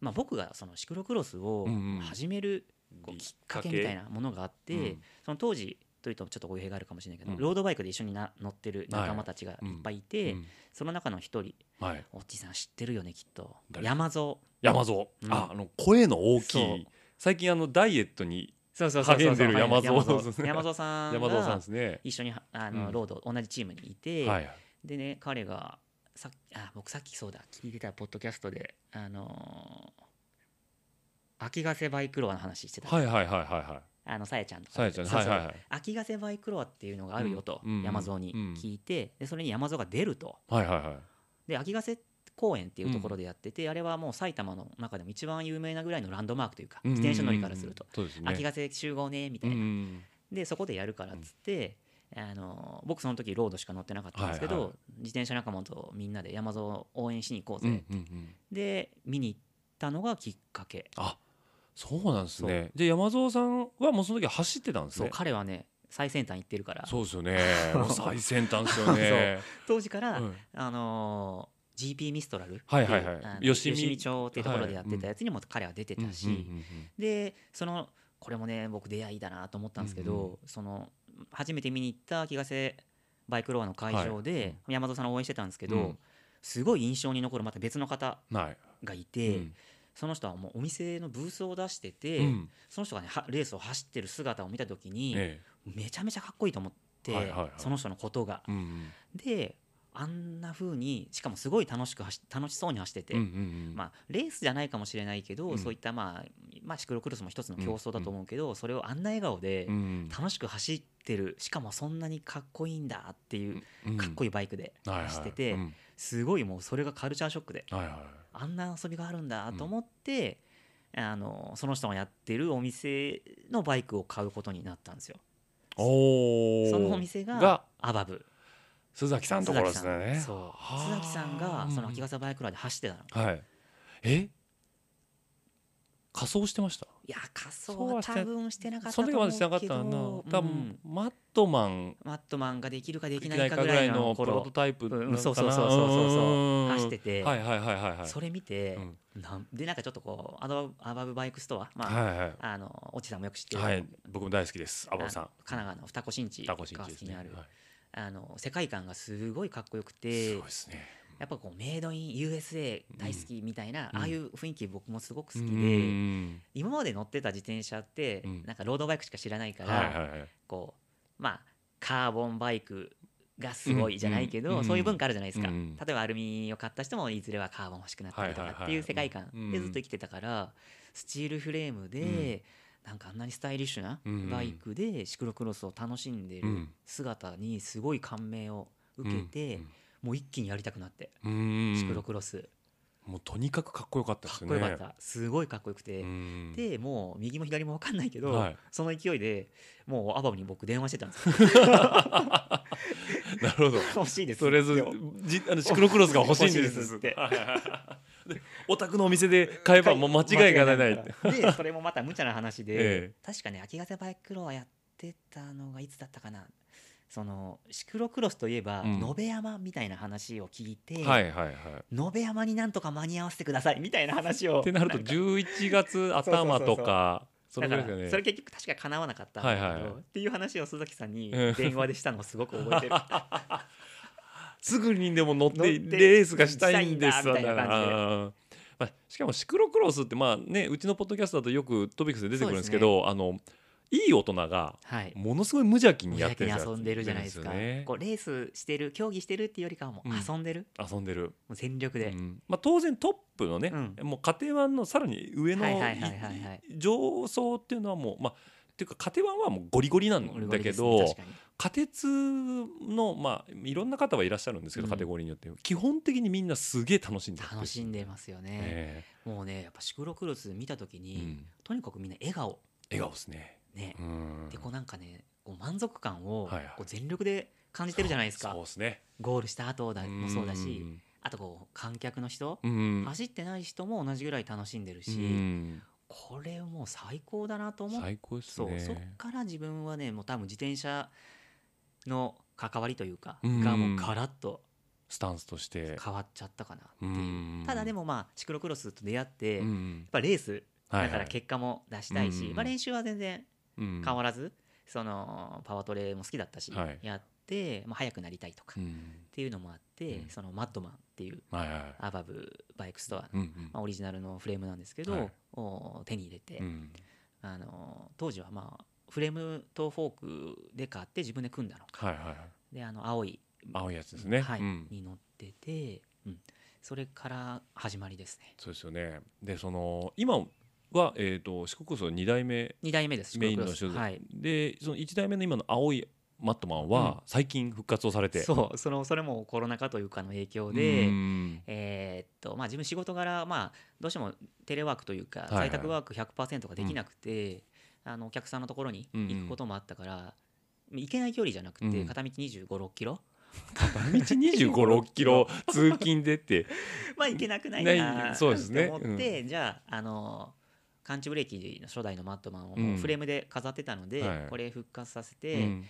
C: まあ、僕がそのシクロクロスを
B: うんうん
C: 始めるこうきっかけみたいなものがあって、
B: うん
C: その当時というとちょっと語弊があるかもしれないけど、
B: うん
C: ロードバイクで一緒にな乗ってる仲間たちがいっぱいいて、
B: うん
C: その中の一人
B: はい、
C: おっちさん知ってるよねきっと
B: 誰
C: 山蔵
B: 山蔵、
C: うん
B: ああの声の大き
C: そう
B: い最近あのダイエットに
C: そうそうそうそう
B: 励んでる山蔵
C: 山
B: ですね
C: 山蔵さん
B: 山蔵さん
C: が
B: ですね、
C: 一緒にはあの、
B: うん
C: ロード同じチームにいて、
B: はいはい
C: でね彼がさっきあ僕さっきそうだ聞いてたポッドキャストであのー秋ヶ瀬バイクロアの話してた、
B: はいはいはいはいはい
C: あのさやちゃんとか
B: さやちゃん
C: そう
B: はい
C: そう
B: はいはい
C: 秋ヶ瀬バイクロアっていうのがあるよと、
B: うんうん
C: 山蔵に聞いて、でそれに山蔵が出ると
B: はいはいはい
C: で秋ヶ瀬公園っていうところでやってて、あれはもう埼玉の中でも一番有名なぐらいのランドマークというか、
B: うんうんうん
C: 自転車乗りからすると、
B: そうですね
C: 秋ヶ瀬集合ねみた
B: う
C: い
B: ん
C: な、
B: うん
C: でそこでやるからっつって、あの僕その時ロードしか乗ってなかったんですけど、
B: はいはい
C: 自転車仲間とみんなで山蔵を応援しに行こう
B: う
C: ぜ、
B: んうんうん
C: で見に行ったのがきっかけ、
B: あそうなんですねで山蔵さんはもうその時走ってたんです
C: そう
B: ね
C: 彼はね最先端行ってるから
B: そうですよね
C: [LAUGHS]
B: もう最先端ですよね
C: 当時から、
B: うん
C: あのー GP ミストラルってう
B: はいはいはい
C: あの
B: 吉
C: 吉
B: 見
C: 見町っていうところでやってたやつにも彼は出てたし、
B: うんうんうんうん
C: でそのこれもね僕出会いだなと思ったんですけど、
B: うん
C: その初めて見に行った気がせバイクロアの会場で、
B: はい
C: 山田さんを応援してたんですけど、
B: うん
C: すごい印象に残るまた別の方
B: ない
C: がいて、
B: うん
C: その人はもうお店のブースを出してて、
B: うん
C: その人がねはレースを走ってる姿を見た時に、
B: え
C: めちゃめちゃかっこいいと思って、
B: はいはいはい
C: その人のことが
B: え。うんうん
C: であんな風にしかもすごい楽しく走楽しそうに走ってて、
B: うんうんうん
C: まあ、レースじゃないかもしれないけど、
B: うん
C: そういった、まあまあ、シクロクロスも一つの競争だと思うけど、それをあんな笑顔で
B: うん
C: 楽しく走ってるしかもそんなにかっこいいんだっていう
B: うん
C: かっこいいバイクで
B: はいはい
C: 走ってて、
B: うん
C: すごいもうそれがカルチャーショックで
B: はいはい
C: あんな遊びがあるんだと思って、あのその人がやってるお店のバイクを買うことになったんですよ。
B: おー
C: そのお店が
B: が
C: アバブ
B: 須崎さんのところです
C: 須崎
B: ね
C: さんそう
B: はあ
C: 須崎さんがその秋笠バイクロアで走ってたの、
B: はいえ仮装してました
C: いや仮
B: そう
C: 装
B: は
C: は
B: して
C: 多分してなかった
B: そ
C: と
B: の
C: 思う
B: 時まで
C: けど
B: してなかったな多分、マットマン
C: マットマンができるかで
B: で
C: き
B: き
C: な
B: ない
C: い
B: か
C: か
B: ぐ
C: ぐ
B: ら
C: ら
B: い
C: い
B: の
C: の
B: プ
C: 頃
B: ロトタイプ
C: うん
B: なのかな
C: そうそうそうそうそうそうん走ってて
B: はいはいはいはいはい
C: それ見て、
B: うん
C: なんでなんかちょっとこうアドアバブバイクストア、まあ
B: はいは
C: あのおちさんもよく知って
B: い
C: る、
B: はい僕も大好きですア
C: あの
B: バ
C: 神
B: ブさん
C: 奈川の二子新地
B: タ
C: が
B: コシン
C: 好
B: チです
C: き
B: ね
C: に
B: は
C: ある、
B: い
C: あの世界観がすごいかっこよくて
B: すごいですね
C: やっぱこうメイドイン USA 大好きみたいな、
B: うん
C: ああいう雰囲気僕もすごく好き
B: う
C: で、
B: ん
C: 今まで乗ってた自転車って、
B: うん
C: なんかロードバイクしか知らないから、
B: はいはいはい
C: こうまあカーボンバイクがすごいじゃないけど、
B: うんうん
C: そういう文化あるじゃないですか、
B: うん
C: 例えばアルミを買った人もいずれはカーボン欲しくなったりと
B: はいはい
C: か
B: はい
C: っていう世界観
B: うん
C: でずっと生きてたから、スチールフレームで、なんかあんなにスタイリッシュな
B: うん
C: バイクでシクロクロスを楽しんで
B: う
C: る
B: ん
C: 姿にすごい感銘を受けて、もう一気にやりたくなって、
B: うん
C: シクロクロス
B: もうとにかくかっこよかったで
C: か
B: すよ
C: っこ
B: ね
C: よかったすごいかっこよくて。
B: うん
C: でもう右も左も分かんないけど、
B: はい
C: その勢いでもうアバブに僕電話してたん
B: [LAUGHS]
C: ですよ
B: なるほ
C: [LAUGHS]
B: ど
C: 欲しいです
B: とりあえず
C: [LAUGHS]
B: じあのシクロクロスが欲しいんです
C: 欲しいですって
B: はいはいはいでお宅のお店で買えばもう間違いがないって
C: [LAUGHS] 間違いないからでそれもまた無茶な話で、
B: [LAUGHS] え
C: 確かね秋風バイクロアやってたのがいつだったかなそのシクロクロスといえば
B: うん
C: 野辺山みたいな話を聞いて、
B: はいはいはい
C: 野辺山になんとか間に合わせてくださいみたいな話を
B: ってなると
C: んか
B: 11月頭とかそれ
C: だ
B: ぐ
C: から
B: い
C: ら
B: ですよね
C: それ結局確か叶わなかったんだけど、
B: はいはいはい
C: っていう話を鈴木さんに
B: うん
C: 電話でしたのをすごく覚え
B: [LAUGHS]
C: てる
B: すぐにでも乗って
C: 乗って
B: レースがしたいんです
C: したいんだみたいな感じで
B: あーまあ、しかもシクロクロスってまあねうちのポッドキャストだとよくトピックスで出てくるんですけどあのいい大人が
C: はい
B: ものすごい無邪気
C: 無
B: にやっ
C: 邪
B: て
C: 気
B: る
C: に
B: やつ
C: 遊んでるじゃないですか
B: ね
C: こうレースしてる競技してるっていうよりかはもう
B: うん
C: 遊んでる、も
B: 遊んでる、
C: う全力で、
B: うんまあ、当然トップのね、
C: う
B: もう家庭版のさらに上の
C: はいいはいはいはいはい
B: 上層っていうのはもうまあっていうか家庭版はもうゴリゴリな
C: ゴリ
B: ん
C: ゴ
B: だ
C: リ
B: け
C: です
B: ど、
C: ね確かに
B: 仮鉄のまあいろんな方はいらっしゃるんですけど、
C: うん
B: カテゴリーによって基本的にみんなすげえ楽しんでる
C: 楽しんでますよね、
B: え
C: もうねやっぱシクロクロス見た時
B: え
C: に、
B: うん
C: とにかくみんな笑顔
B: 笑顔ですね
C: ね、
B: うん
C: でこうなんかねこう満足感を
B: はいはい
C: こう全力で感じてるじゃないですか、
B: そうですね
C: ゴールした後だもそうだし、あとこう観客の人、
B: うんうん
C: 走ってない人も同じぐらい楽しんでるし、
B: うん
C: これもう最高だなと思って、
B: 最高です
C: そう
B: ね
C: そっから自分はねもう多分自転車の関わりというか、
B: うん
C: がもうガラッと
B: スタンスとして
C: 変わっちゃったかなって
B: う
C: いう、
B: ん
C: ただでもまあシクロクロスと出会って、
B: う
C: やっ
B: ん
C: ぱレース
B: はいはい
C: だから結果も出したいし、
B: うん
C: まあ、練習は全然
B: うん
C: 変わらず、そのパワートレも好きだったし、
B: はい
C: やって、まあ、速くなりたいとか
B: う
C: っ
B: ん
C: ていうのもあって、
B: うん
C: そのマッドマンっていう
B: はいはい
C: アバブバイクストアの、
B: うんうん
C: まあ、オリジナルのフレームなんですけど、
B: はい
C: を手に入れて、
B: うん
C: あの当時はまあフレームとフォークで買って自分で組んだのか、
B: はいはいはい
C: であの青い、
B: 青いやつですね
C: はい
B: うん
C: に乗ってて、うん、それから始まりですね
B: そうですよねでその今はえっと四国層二代目
C: 2代目です
B: メインの
C: シク
B: 所
C: ロク
B: 属、
C: ロスはい
B: でその1代目の今の青いマットマンは最近復活をされて、
C: そうそのそれもコロナ禍というかの影響
B: う
C: で、 [LAUGHS]
B: ん
C: えーっとまあ、自分仕事柄、まあ、どうしてもテレワークというか
B: はいはい
C: 在宅ワーク100%ができなくて、あのお客さんのところに行くこともあったから、行けない距離じゃなく
B: う
C: て
B: ん
C: 片道2 5 6キロ [LAUGHS]
B: 片道2 5 6キロ通勤でって
C: まあ行けなくないな
B: な
C: ー
B: いそうですね
C: って思って、じゃああのーカンチブレーキの初代のマットマンを
B: う
C: も
B: ん
C: うフレームで飾ってたので、
B: はい
C: これ復活させて、
B: うん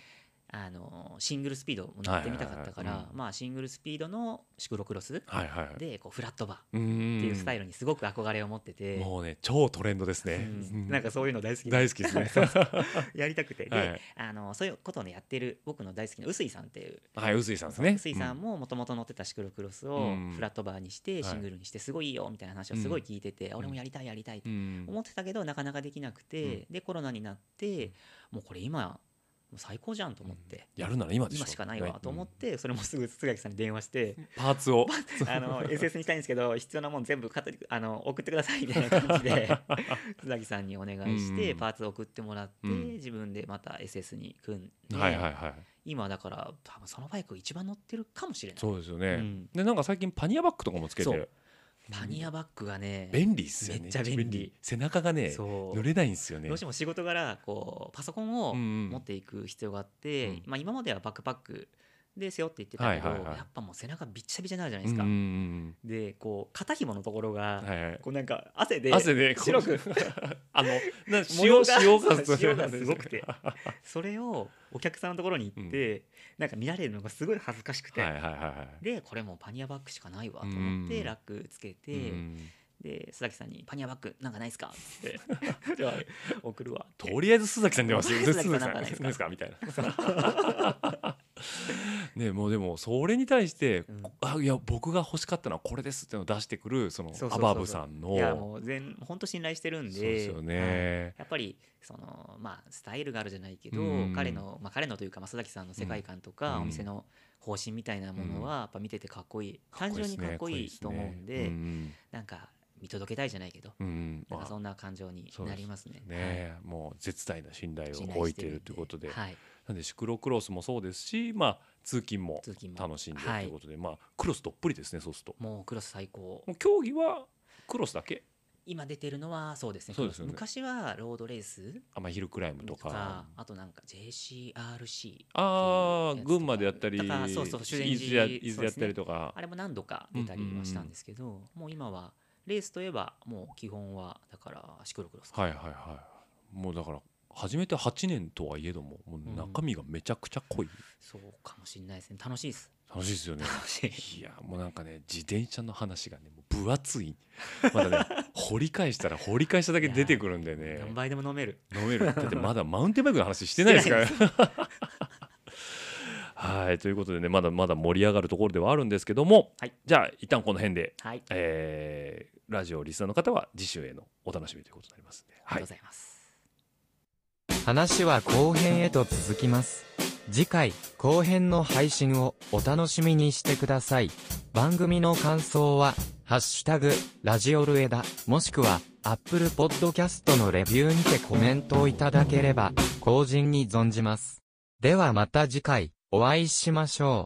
C: あのーシングルスピードも乗ってみたかったから、
B: はいはいはい
C: まあシングルスピードのシクロクロス
B: はいはいっ
C: でこうフラットバーってて
B: い
C: いうスタイ
B: ル
C: ルにすごく憧れを持ってて、
B: もうね超トレンドです
C: う
B: ね
C: ん
B: うん
C: なんかそういうの大好きで
B: 大好きですね
C: [LAUGHS] やりたくて、
B: は
C: で
B: い
C: あのーそういうことをねやってる僕の大好きな臼井さんっていう
B: はい臼井さんですね
C: 臼井さんももともと乗ってたシクロクロス
B: う
C: を
B: ん
C: フラットバーにし
B: い
C: てシングルにしてすごいいいよみたいな話をすごい聞いてて、俺もやりたいやりたいって
B: うん
C: 思ってたけどなかなかできなくて、でコロナになってもうこれ今もう最高じゃんと思って、
B: やるなら今でしょ
C: 今しかないわと思って、それもすぐ筒垣さんに電話して
B: うんパーツ
C: [LAUGHS]
B: を
C: 「あの SS にしたいんですけど必要なもん全部買ってあの送ってください」みたいな感
B: [LAUGHS]
C: じで筒垣さんにお願いして、
B: うん
C: パーツ送ってもらって、
B: うん
C: 自分でまた SS に組んで、
B: はいはいはい
C: 今だから多分そのバイク一番乗ってるかもしれない。
B: そうですよ
C: う
B: ね
C: ん
B: でなんか最近パニアバッグとかもつけ
C: そ
B: て
C: うパニアバッグがね
B: 便利っすよね
C: めっちゃ便利
B: 背中がね
C: そう
B: 濡れないんですよね
C: どうしても仕事柄こうパソコンを
B: うんうん
C: 持っていく必要があって、
B: うん
C: まあ、今まではバックパックで背負って行ってたけど、
B: はいはいはい
C: やっぱもう背中びっちゃびちゃになるじゃない
B: うん
C: で
B: う
C: す
B: ん
C: か、
B: うん
C: でこう肩紐のところが、
B: はいはい
C: こうなんか汗で
B: 汗でこう
C: 白く
B: あ
C: [LAUGHS]
B: のな
C: 模
B: 塩
C: 様が
B: 塩が
C: そう塩がすごくてそれをお客さんのところに行って、なんか見られるのがすごい恥ずかしくて、
B: はいはいはいはい
C: でこれもうパニアバッグしかないわと思っ
B: うんう
C: て
B: ん
C: ラックつけて、
B: うん
C: で須崎さんに「パニアバッグなんかないっすか?」
B: [LAUGHS]
C: って「じゃあ送るわ」って
B: とりあえず須崎さん出ますよ
C: とりあえ [LAUGHS] ず須
B: 須崎
C: 崎さ
B: さん
C: んなんかないですか
B: ですかみたいな [LAUGHS] ねもうでもそれに対して、
C: うん
B: こあいや僕が欲しかったのはこれですっていうのを出してくるその
C: そうそ
B: ア
C: うそうそう
B: バブさんの
C: いやもう全本当信頼してるんで
B: そうですよ
C: はい
B: ね、
C: やっぱりそのまあスタイルがあるじゃないけど、
B: うん
C: 彼のまあ彼のというかまあ須崎さんの世界観とか、
B: うん
C: お店の方針みたいなものはやっぱ見ててかっこいい、単純にかっこいいと思うんで
B: かっこいいすねうん
C: なんか見届けたいじゃないけど
B: うんま
C: なんか
B: あ
C: そんな感情になりますね。
B: ね、もう絶大な信頼
C: はい
B: を置いてるということで、
C: はい、
B: なんでシクロクロスもそうですし、まあ、通勤も
C: 通勤も
B: 楽しんでると
C: はい
B: いうことで、まあ、クロスどっぷりですねそうすると
C: もうクロス最高
B: もう競技はクロスだけ
C: 今出てるのはそうですね
B: そうですよね
C: 昔はロードレース
B: あまあヒルクライムと
C: と
B: か
C: かあとなんか JCRC
B: ああ
C: っていうやつとか
B: 群馬でやったり
C: だからそうそう修善寺
B: 伊豆や伊豆やったりとか、
C: あれも何度か出たりはしたんですけど、もう今はレースといえばもう基本はだからシクロクロスか、
B: はいはいはいもうだから始めて8年とはいえどももう中身がめちゃくちゃ濃い、
C: そうかもしれないですね楽しいです
B: 楽しいですよね
C: 楽しい
B: いやもうなんかね自転車の話がねもう分厚いま
C: [LAUGHS]
B: だね掘り返したら掘り返しただけ出てくるんでね
C: 何倍でも飲める
B: 飲めるだってまだマウンテンバイクの話してないですから。はいということでねまだまだ盛り上がるところではあるんですけども、
C: はい
B: じゃあ一旦この辺で、
C: はいあり
B: えーラジオリスナーの方は次週へのお楽しみということになりますんで、
C: が
B: は
C: とう
B: い
C: ございます、
D: 話は後編へと続きます次回後編の配信をお楽しみにしてください番組の感想は「ハッシュタグラジオルエダ」もしくは Apple Podcast のレビューにてコメントをいただければ後人に存じますではまた次回お会いしましょう